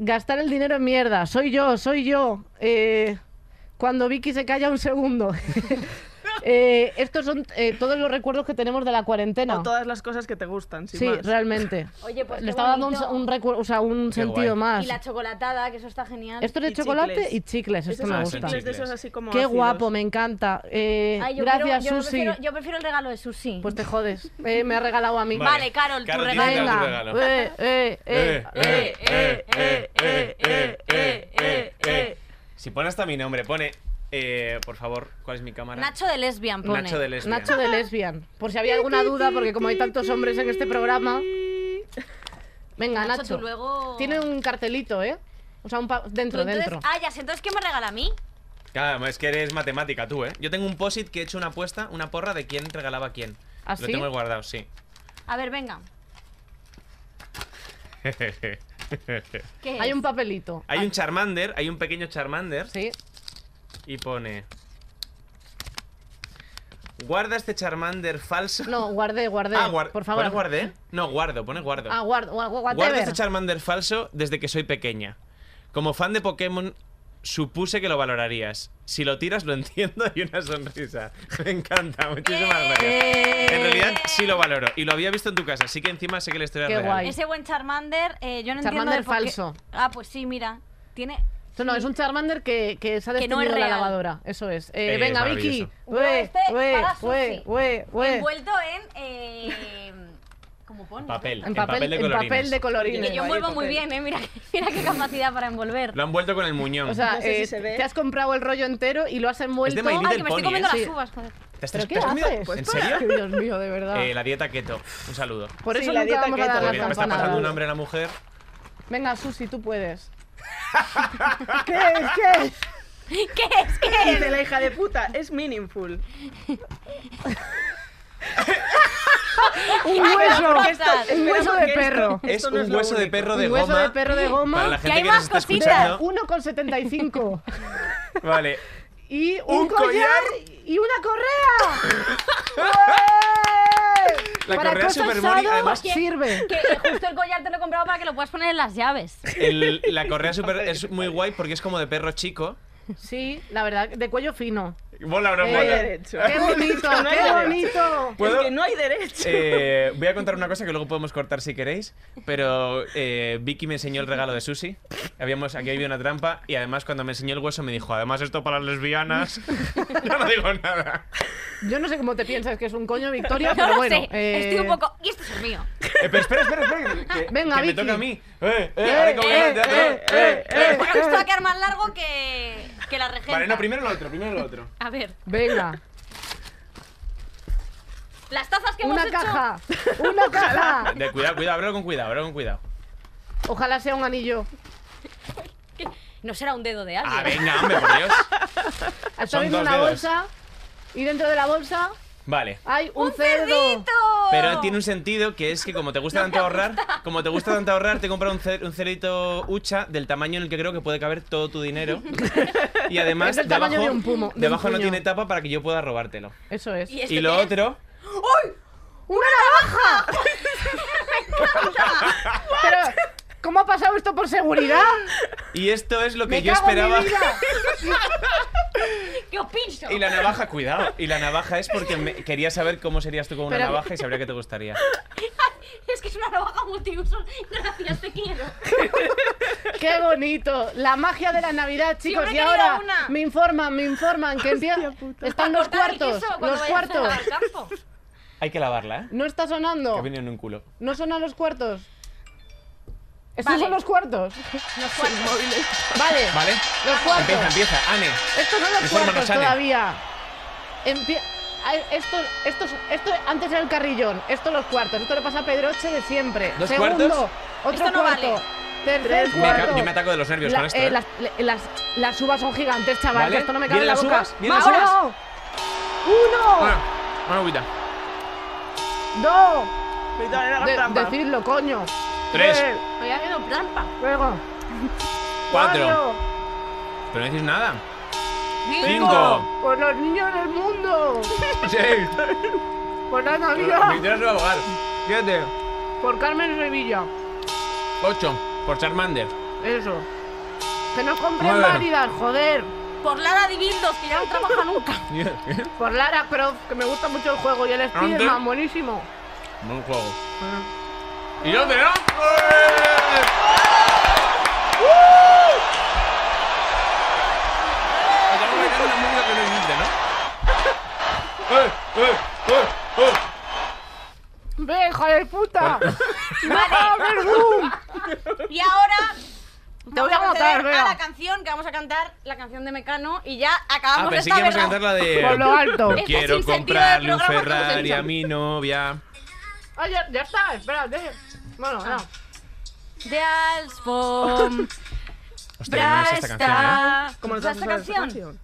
Speaker 2: Gastar el dinero en mierda. Soy yo, soy yo. Eh, cuando Vicky se calla un segundo. Eh, estos son eh, todos los recuerdos que tenemos de la cuarentena.
Speaker 6: O todas las cosas que te gustan, sin
Speaker 2: sí,
Speaker 6: más.
Speaker 2: realmente.
Speaker 3: Oye, pues
Speaker 2: Le
Speaker 3: qué
Speaker 2: estaba dando un,
Speaker 3: bonito.
Speaker 2: un, recuer- o sea, un
Speaker 7: Qué
Speaker 2: sentido
Speaker 7: guay.
Speaker 2: más.
Speaker 3: Y la chocolatada, que eso está genial.
Speaker 2: Esto es de
Speaker 6: Y
Speaker 2: chocolate
Speaker 6: chicles.
Speaker 2: y chicles,
Speaker 6: Esos
Speaker 2: esto
Speaker 6: son
Speaker 7: son
Speaker 2: me gusta.
Speaker 6: chicles de
Speaker 7: Chicles.
Speaker 6: esos así como
Speaker 2: Qué
Speaker 6: ácidos.
Speaker 2: guapo, me encanta. Eh,
Speaker 3: Ay, yo
Speaker 2: gracias,
Speaker 3: quiero- yo
Speaker 2: Susi.
Speaker 3: prefiero- yo prefiero el regalo de Susi.
Speaker 2: Pues te jodes. Eh, me ha regalado a mí.
Speaker 3: Vale. Carol, tu
Speaker 7: Carol,
Speaker 3: regalo.
Speaker 7: tienes que dar tu regalo.
Speaker 2: Eh, eh, eh, eh.
Speaker 7: eh, eh, eh, eh, eh, eh, eh.
Speaker 5: Si pone hasta mi nombre, pone. eh, por favor, ¿cuál es mi cámara?
Speaker 3: Nacho de lesbian pone.
Speaker 5: Nacho de Lesbia.
Speaker 2: Nacho de lesbian. Por si había alguna duda, porque como hay tantos hombres en este programa. Venga,
Speaker 3: Nacho,
Speaker 2: Nacho.
Speaker 3: tú luego-
Speaker 2: Tiene un cartelito, ¿eh? O sea, un pa-
Speaker 3: Tú
Speaker 2: dentro,
Speaker 3: entonces-
Speaker 2: dentro.
Speaker 3: Ah, ya sé, entonces ¿qué me regala a mí?
Speaker 5: Claro, es que eres matemática tú, ¿eh? Yo tengo un posit que he hecho una apuesta, una porra de quién regalaba a quién.
Speaker 2: ¿Ah,
Speaker 5: Lo
Speaker 2: sí?
Speaker 5: tengo guardado, sí.
Speaker 3: A ver, venga. ¿Qué es?
Speaker 2: Hay un papelito.
Speaker 5: Hay un Charmander, hay un pequeño Charmander
Speaker 2: Sí.
Speaker 5: y pone. Guarda este Charmander falso.
Speaker 2: No, guardé, guardé.
Speaker 5: Ah, guar-
Speaker 2: por favor.
Speaker 5: ¿Pone guardé? No, guardo, pone guardo.
Speaker 2: Ah, guardo. gua- gua-
Speaker 5: Guardo
Speaker 2: whatever.
Speaker 5: este Charmander falso desde que soy pequeña. Como fan de Pokémon, supuse que lo valorarías. Si lo tiras, lo entiendo y una sonrisa. Me encanta, muchísimas gracias. En realidad, sí lo valoro. Y lo había visto en tu casa, así que encima sé que la historia
Speaker 2: Qué
Speaker 5: es real.
Speaker 2: guay.
Speaker 3: Ese buen Charmander, eh, yo no entiendo
Speaker 2: Charmander
Speaker 3: de por qué-
Speaker 2: falso.
Speaker 3: Ah, pues sí, mira. Tiene.
Speaker 2: Esto no, es un Charmander que, que se ha
Speaker 3: Que no
Speaker 2: destinido
Speaker 3: es
Speaker 2: la
Speaker 3: real.
Speaker 2: lavadora. Eso es. Eh,
Speaker 5: Eh,
Speaker 2: venga,
Speaker 5: maravilloso.
Speaker 2: Vicky.
Speaker 3: No,
Speaker 2: Ue,
Speaker 3: este
Speaker 2: ue,
Speaker 3: para Susi.
Speaker 2: ue, ue, ue.
Speaker 3: Envuelto en. eh, ¿Cómo pone?
Speaker 5: Papel,
Speaker 2: En papel,
Speaker 5: de
Speaker 2: en
Speaker 5: colorines.
Speaker 2: papel de colorines.
Speaker 3: Que yo
Speaker 6: Vaya
Speaker 3: envuelvo muy
Speaker 6: papel.
Speaker 3: bien, ¿eh? Mira, que- mira qué capacidad para envolver.
Speaker 5: Lo han vuelto con el muñón.
Speaker 2: O sea,
Speaker 6: No sé si
Speaker 2: eh,
Speaker 6: se ve.
Speaker 2: te has comprado el rollo entero y lo has envuelto.
Speaker 5: Es de My Little
Speaker 3: Ay, que me estoy
Speaker 5: Pony,
Speaker 3: comiendo
Speaker 5: ¿eh?
Speaker 3: las
Speaker 2: Sí.
Speaker 3: uvas, joder.
Speaker 5: ¿Te has-
Speaker 2: ¿Pero
Speaker 5: te
Speaker 2: qué
Speaker 5: has comido?
Speaker 2: haces?
Speaker 5: ¿En serio?
Speaker 2: Dios mío, de verdad.
Speaker 5: Eh, la dieta keto. Un saludo.
Speaker 2: Por
Speaker 6: Sí,
Speaker 2: eso
Speaker 6: la
Speaker 2: nunca
Speaker 6: dieta
Speaker 2: vamos a dar
Speaker 6: keto.
Speaker 2: las
Speaker 5: Porque me está
Speaker 2: campanadas.
Speaker 5: pasando un hambre a la mujer.
Speaker 2: Venga, Susi, tú puedes.
Speaker 6: ¿Qué es? ¿Qué es?
Speaker 3: ¿Qué es? ¿Qué es?
Speaker 6: Dice la hija de puta, es meaningful.
Speaker 2: ¡Un
Speaker 3: hueso!
Speaker 2: hueso!
Speaker 3: Cosas.
Speaker 2: ¡Un hueso de
Speaker 6: Esto-
Speaker 2: perro!
Speaker 6: esto
Speaker 5: Es
Speaker 6: no
Speaker 5: un
Speaker 6: lo
Speaker 5: hueso de
Speaker 6: único.
Speaker 5: perro de
Speaker 2: ¡Un hueso
Speaker 5: goma.
Speaker 2: de perro de
Speaker 5: Para
Speaker 2: goma!
Speaker 5: la
Speaker 3: Que
Speaker 5: gente
Speaker 3: hay
Speaker 5: que,
Speaker 3: más
Speaker 5: nos está
Speaker 3: cositas.
Speaker 2: Mira,
Speaker 5: escuchando.
Speaker 2: 1,75.
Speaker 5: Vale.
Speaker 2: Y un,
Speaker 5: Un collar.
Speaker 2: y una correa.
Speaker 5: La
Speaker 2: Para
Speaker 5: correa
Speaker 2: cosas
Speaker 5: Super Mori,
Speaker 2: sado
Speaker 5: además,
Speaker 2: sirve.
Speaker 3: Que eh, justo el collar te lo he comprado para que lo puedas poner en las llaves.
Speaker 5: El- la correa super es muy guay porque es como de perro chico.
Speaker 2: Sí, la verdad, de cuello fino.
Speaker 5: Mola, bro,
Speaker 2: Eh,
Speaker 5: mola.
Speaker 6: derecho.
Speaker 2: ¡Qué bonito!
Speaker 6: No hay
Speaker 2: ¡Qué
Speaker 6: derecho.
Speaker 2: bonito!
Speaker 5: ¿Puedo?
Speaker 6: Es que no hay derecho.
Speaker 5: Eh, voy a contar una cosa que luego podemos cortar si queréis, pero eh, Vicky me enseñó el regalo de Susi. Habíamos, aquí había una trampa y además cuando me enseñó el hueso me dijo, además esto para lesbianas. Yo no digo nada.
Speaker 2: Yo no sé cómo te piensas que es un coño, Victoria,
Speaker 3: no
Speaker 2: pero
Speaker 3: lo
Speaker 2: bueno.
Speaker 3: sé.
Speaker 2: eh,
Speaker 3: Estoy un poco. Y esto es mío.
Speaker 5: Eh, pero espera, espera, espera. Que,
Speaker 2: Venga,
Speaker 5: que me
Speaker 2: Vicky.
Speaker 5: toca a mí. Eh, eh, ahora que voy al teatro. Eh,
Speaker 3: Bueno, esto va a quedar más largo que, que la regenta.
Speaker 5: Vale, no, primero lo otro, primero lo otro.
Speaker 3: A ver,
Speaker 2: Venga.
Speaker 3: las tazas que hemos
Speaker 2: Una
Speaker 3: hecho.
Speaker 2: caja. Una caja.
Speaker 5: De, cuidado, cuidado, ábrelo con cuidado, ábrelo con cuidado.
Speaker 2: Ojalá sea un anillo.
Speaker 3: No será un dedo de
Speaker 5: Ah,
Speaker 3: alguien.
Speaker 5: venga, hombre, por Dios.
Speaker 2: Está
Speaker 5: Son
Speaker 2: viendo
Speaker 5: dos
Speaker 2: una
Speaker 5: dedos.
Speaker 2: bolsa y dentro de la bolsa
Speaker 5: Vale.
Speaker 2: hay un,
Speaker 3: ¡Un
Speaker 2: cerdo.
Speaker 3: cerdito!
Speaker 2: Oh.
Speaker 5: Pero tiene un sentido que es que como te gusta tanto ahorrar, como te gusta tanto ahorrar, te he comprado un, cer- un cerito hucha del tamaño en el que creo que puede caber todo tu dinero. Y además
Speaker 2: Es el tamaño
Speaker 5: debajo,
Speaker 2: de un pumo- de un
Speaker 5: debajo no
Speaker 2: puño.
Speaker 5: tiene tapa para que yo pueda robártelo.
Speaker 2: Eso es.
Speaker 3: Y este
Speaker 5: y lo
Speaker 3: tiene-
Speaker 5: otro,
Speaker 2: ¡Una navaja! Pero, ¿cómo ha pasado esto por seguridad?
Speaker 5: y esto es lo que
Speaker 2: Me
Speaker 5: yo
Speaker 2: cago en
Speaker 5: esperaba.
Speaker 2: mi vida.
Speaker 3: ¡Qué opinso!
Speaker 5: Y la navaja, cuidado. Y la navaja es porque me- quería saber cómo serías tú con una
Speaker 2: Pero-
Speaker 5: navaja y sabría que te gustaría.
Speaker 3: Es que es una navaja multiuso. Gracias, te quiero.
Speaker 2: ¡Qué bonito! La magia de la Navidad, chicos.
Speaker 3: Siempre
Speaker 2: y
Speaker 3: he querido
Speaker 2: ahora
Speaker 3: una.
Speaker 2: me informan, me informan que empieza. Están los
Speaker 3: Cortar el
Speaker 2: cuartos,
Speaker 3: queso cuando
Speaker 2: los
Speaker 3: vayas a
Speaker 2: cuartos.
Speaker 3: cenar al campo.
Speaker 5: Hay que lavarla, ¿eh?
Speaker 2: No está
Speaker 5: Que
Speaker 2: sonando.
Speaker 5: ha venido en un culo.
Speaker 2: No sonan los cuartos. Estos
Speaker 3: Vale.
Speaker 2: son los cuartos.
Speaker 3: Los cuartos.
Speaker 2: Vale.
Speaker 5: ¿Vale?
Speaker 2: Los cuartos.
Speaker 5: Empieza, empieza. Ane.
Speaker 2: Estos son los
Speaker 5: Informa,
Speaker 2: cuartos
Speaker 5: Rosane.
Speaker 2: todavía. Empie- Ay, Esto, esto, esto, antes era el carrillón, esto los cuartos, esto le pasa a Pedroche de siempre.
Speaker 5: ¿Dos
Speaker 2: Segundo,
Speaker 5: cuartos?
Speaker 2: otro
Speaker 3: Esto no
Speaker 2: cuarto,
Speaker 3: vale.
Speaker 2: tercer
Speaker 5: Me ca-
Speaker 2: cuarto.
Speaker 5: yo me ataco de los nervios
Speaker 2: La-
Speaker 5: con esto.
Speaker 2: eh,
Speaker 5: ¿eh?
Speaker 2: las, le- las- las uvas son gigantes, chaval,
Speaker 5: ¿Vale?
Speaker 2: que esto no me cabe en
Speaker 5: ¿Vienen
Speaker 2: la
Speaker 5: las
Speaker 2: boca.
Speaker 5: uvas? ¿Vienen las
Speaker 2: ¡Ahora!
Speaker 5: uvas?
Speaker 2: Uno,
Speaker 5: Bueno, Ah, una agüita.
Speaker 2: dos,
Speaker 6: Cuidado, era la
Speaker 2: De-
Speaker 6: trampa.
Speaker 2: decidlo, coño.
Speaker 5: Tres,
Speaker 2: Eh,
Speaker 3: Voy haciendo trampa.
Speaker 2: luego,
Speaker 5: cuatro.
Speaker 2: cuatro,
Speaker 5: Pero no decís nada.
Speaker 2: cinco, por los niños del mundo,
Speaker 5: Seis.
Speaker 2: por la Navidad,
Speaker 5: Victoria se va a ahogar. Siete.
Speaker 2: por Carmen Revilla.
Speaker 5: Ocho. Por Charmander.
Speaker 2: Eso. Que no compren
Speaker 5: Nueve.
Speaker 2: válidas, joder.
Speaker 3: por Lara Divindos, que ya no trabaja nunca.
Speaker 2: Por Lara Croft, que me gusta mucho el juego y el Spiderman, buenísimo.
Speaker 5: Buen juego.
Speaker 2: Ah.
Speaker 5: Y yo te amo. Estamos bailando una música que no existe, ¿no? Eh, eh, eh, eh.
Speaker 2: ¡Ve, hija de puta!
Speaker 3: Y ahora
Speaker 2: Te voy a
Speaker 3: vamos
Speaker 2: matar,
Speaker 3: proceder
Speaker 2: Bea.
Speaker 3: a la canción que vamos a cantar, la canción de Mecano, y ya acabamos
Speaker 5: Ah, pensé
Speaker 3: esta
Speaker 5: que íbamos a
Speaker 3: verdad.
Speaker 5: cantar la de.
Speaker 2: Por lo alto.
Speaker 3: Este
Speaker 5: Quiero
Speaker 3: sinsentido de
Speaker 5: comprarle un
Speaker 3: programa que hemos
Speaker 5: Ferrari a
Speaker 3: hecho.
Speaker 5: mi novia.
Speaker 2: Ah, ya, ya está, espérate. Bueno, no.
Speaker 3: De Alsfom.
Speaker 5: Hostia, no
Speaker 3: Bra
Speaker 5: me sé esta canción, ¿eh?
Speaker 3: está.
Speaker 6: Como los
Speaker 3: ¿Sabes esta
Speaker 6: datos de
Speaker 3: canción?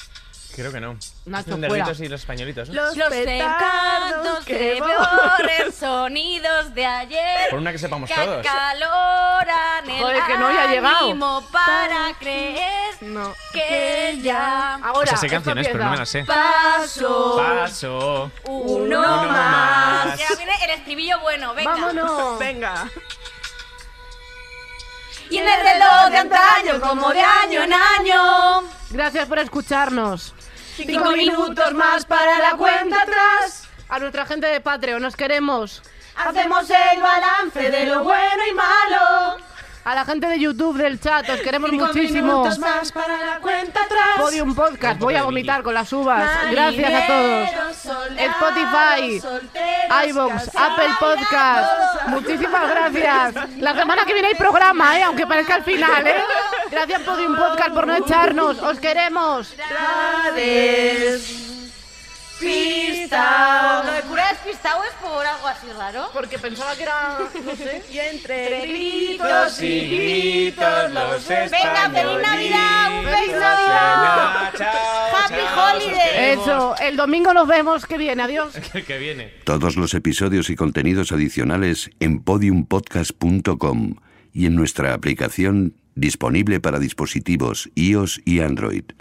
Speaker 5: Creo que no.
Speaker 2: Nacho,
Speaker 5: Los nervitos y los españolitos, ¿no?
Speaker 3: Los encantos que borren sonidos de ayer.
Speaker 5: Por una que sepamos
Speaker 3: que
Speaker 5: todos.
Speaker 3: acaloran el
Speaker 2: Joder, que no haya llegado.
Speaker 3: ánimo para creer
Speaker 2: No.
Speaker 3: que ya
Speaker 2: Ahora.
Speaker 5: Pues sé
Speaker 2: esto
Speaker 5: canciones, pero no me
Speaker 2: empieza.
Speaker 5: las sé.
Speaker 3: pasó
Speaker 5: Paso.
Speaker 3: uno,
Speaker 5: Uno
Speaker 3: más.
Speaker 5: más.
Speaker 3: Ya viene el estribillo bueno, venga.
Speaker 2: ¡Vámonos!
Speaker 6: Venga.
Speaker 3: Y en el reloj de antaño, como de año en año,
Speaker 2: Gracias por escucharnos.
Speaker 3: cinco minutos más para la cuenta atrás.
Speaker 2: A nuestra gente de Patreon, nos queremos.
Speaker 3: Hacemos el balance de lo bueno y malo.
Speaker 2: A la gente de YouTube del chat, os queremos muchísimo.
Speaker 6: más para la cuenta atrás.
Speaker 2: Podium Podcast, voy a vomitar con las uvas. Gracias a todos. Spotify, iVoox, Apple Podcast. Muchísimas gracias. La semana que viene hay programa, ¿eh? aunque parezca el final. ¿eh? Gracias Podium Podcast por no echarnos. Os queremos.
Speaker 3: Pistao. Lo de cura despistado es por algo así raro.
Speaker 2: Porque pensaba que era...
Speaker 6: Y entre
Speaker 3: gritos
Speaker 5: y gritos, los
Speaker 3: Venga, feliz Navidad, un
Speaker 2: Feliz
Speaker 3: beso.
Speaker 5: Chao, chao,
Speaker 3: Happy
Speaker 2: Ah,
Speaker 5: chao,
Speaker 3: holidays.
Speaker 5: os queremos.
Speaker 2: Eso, el domingo nos vemos. Que viene, adiós.
Speaker 5: El que viene.
Speaker 4: Todos los episodios y contenidos adicionales en podiumpodcast.com y en nuestra aplicación disponible para dispositivos iOS y Android.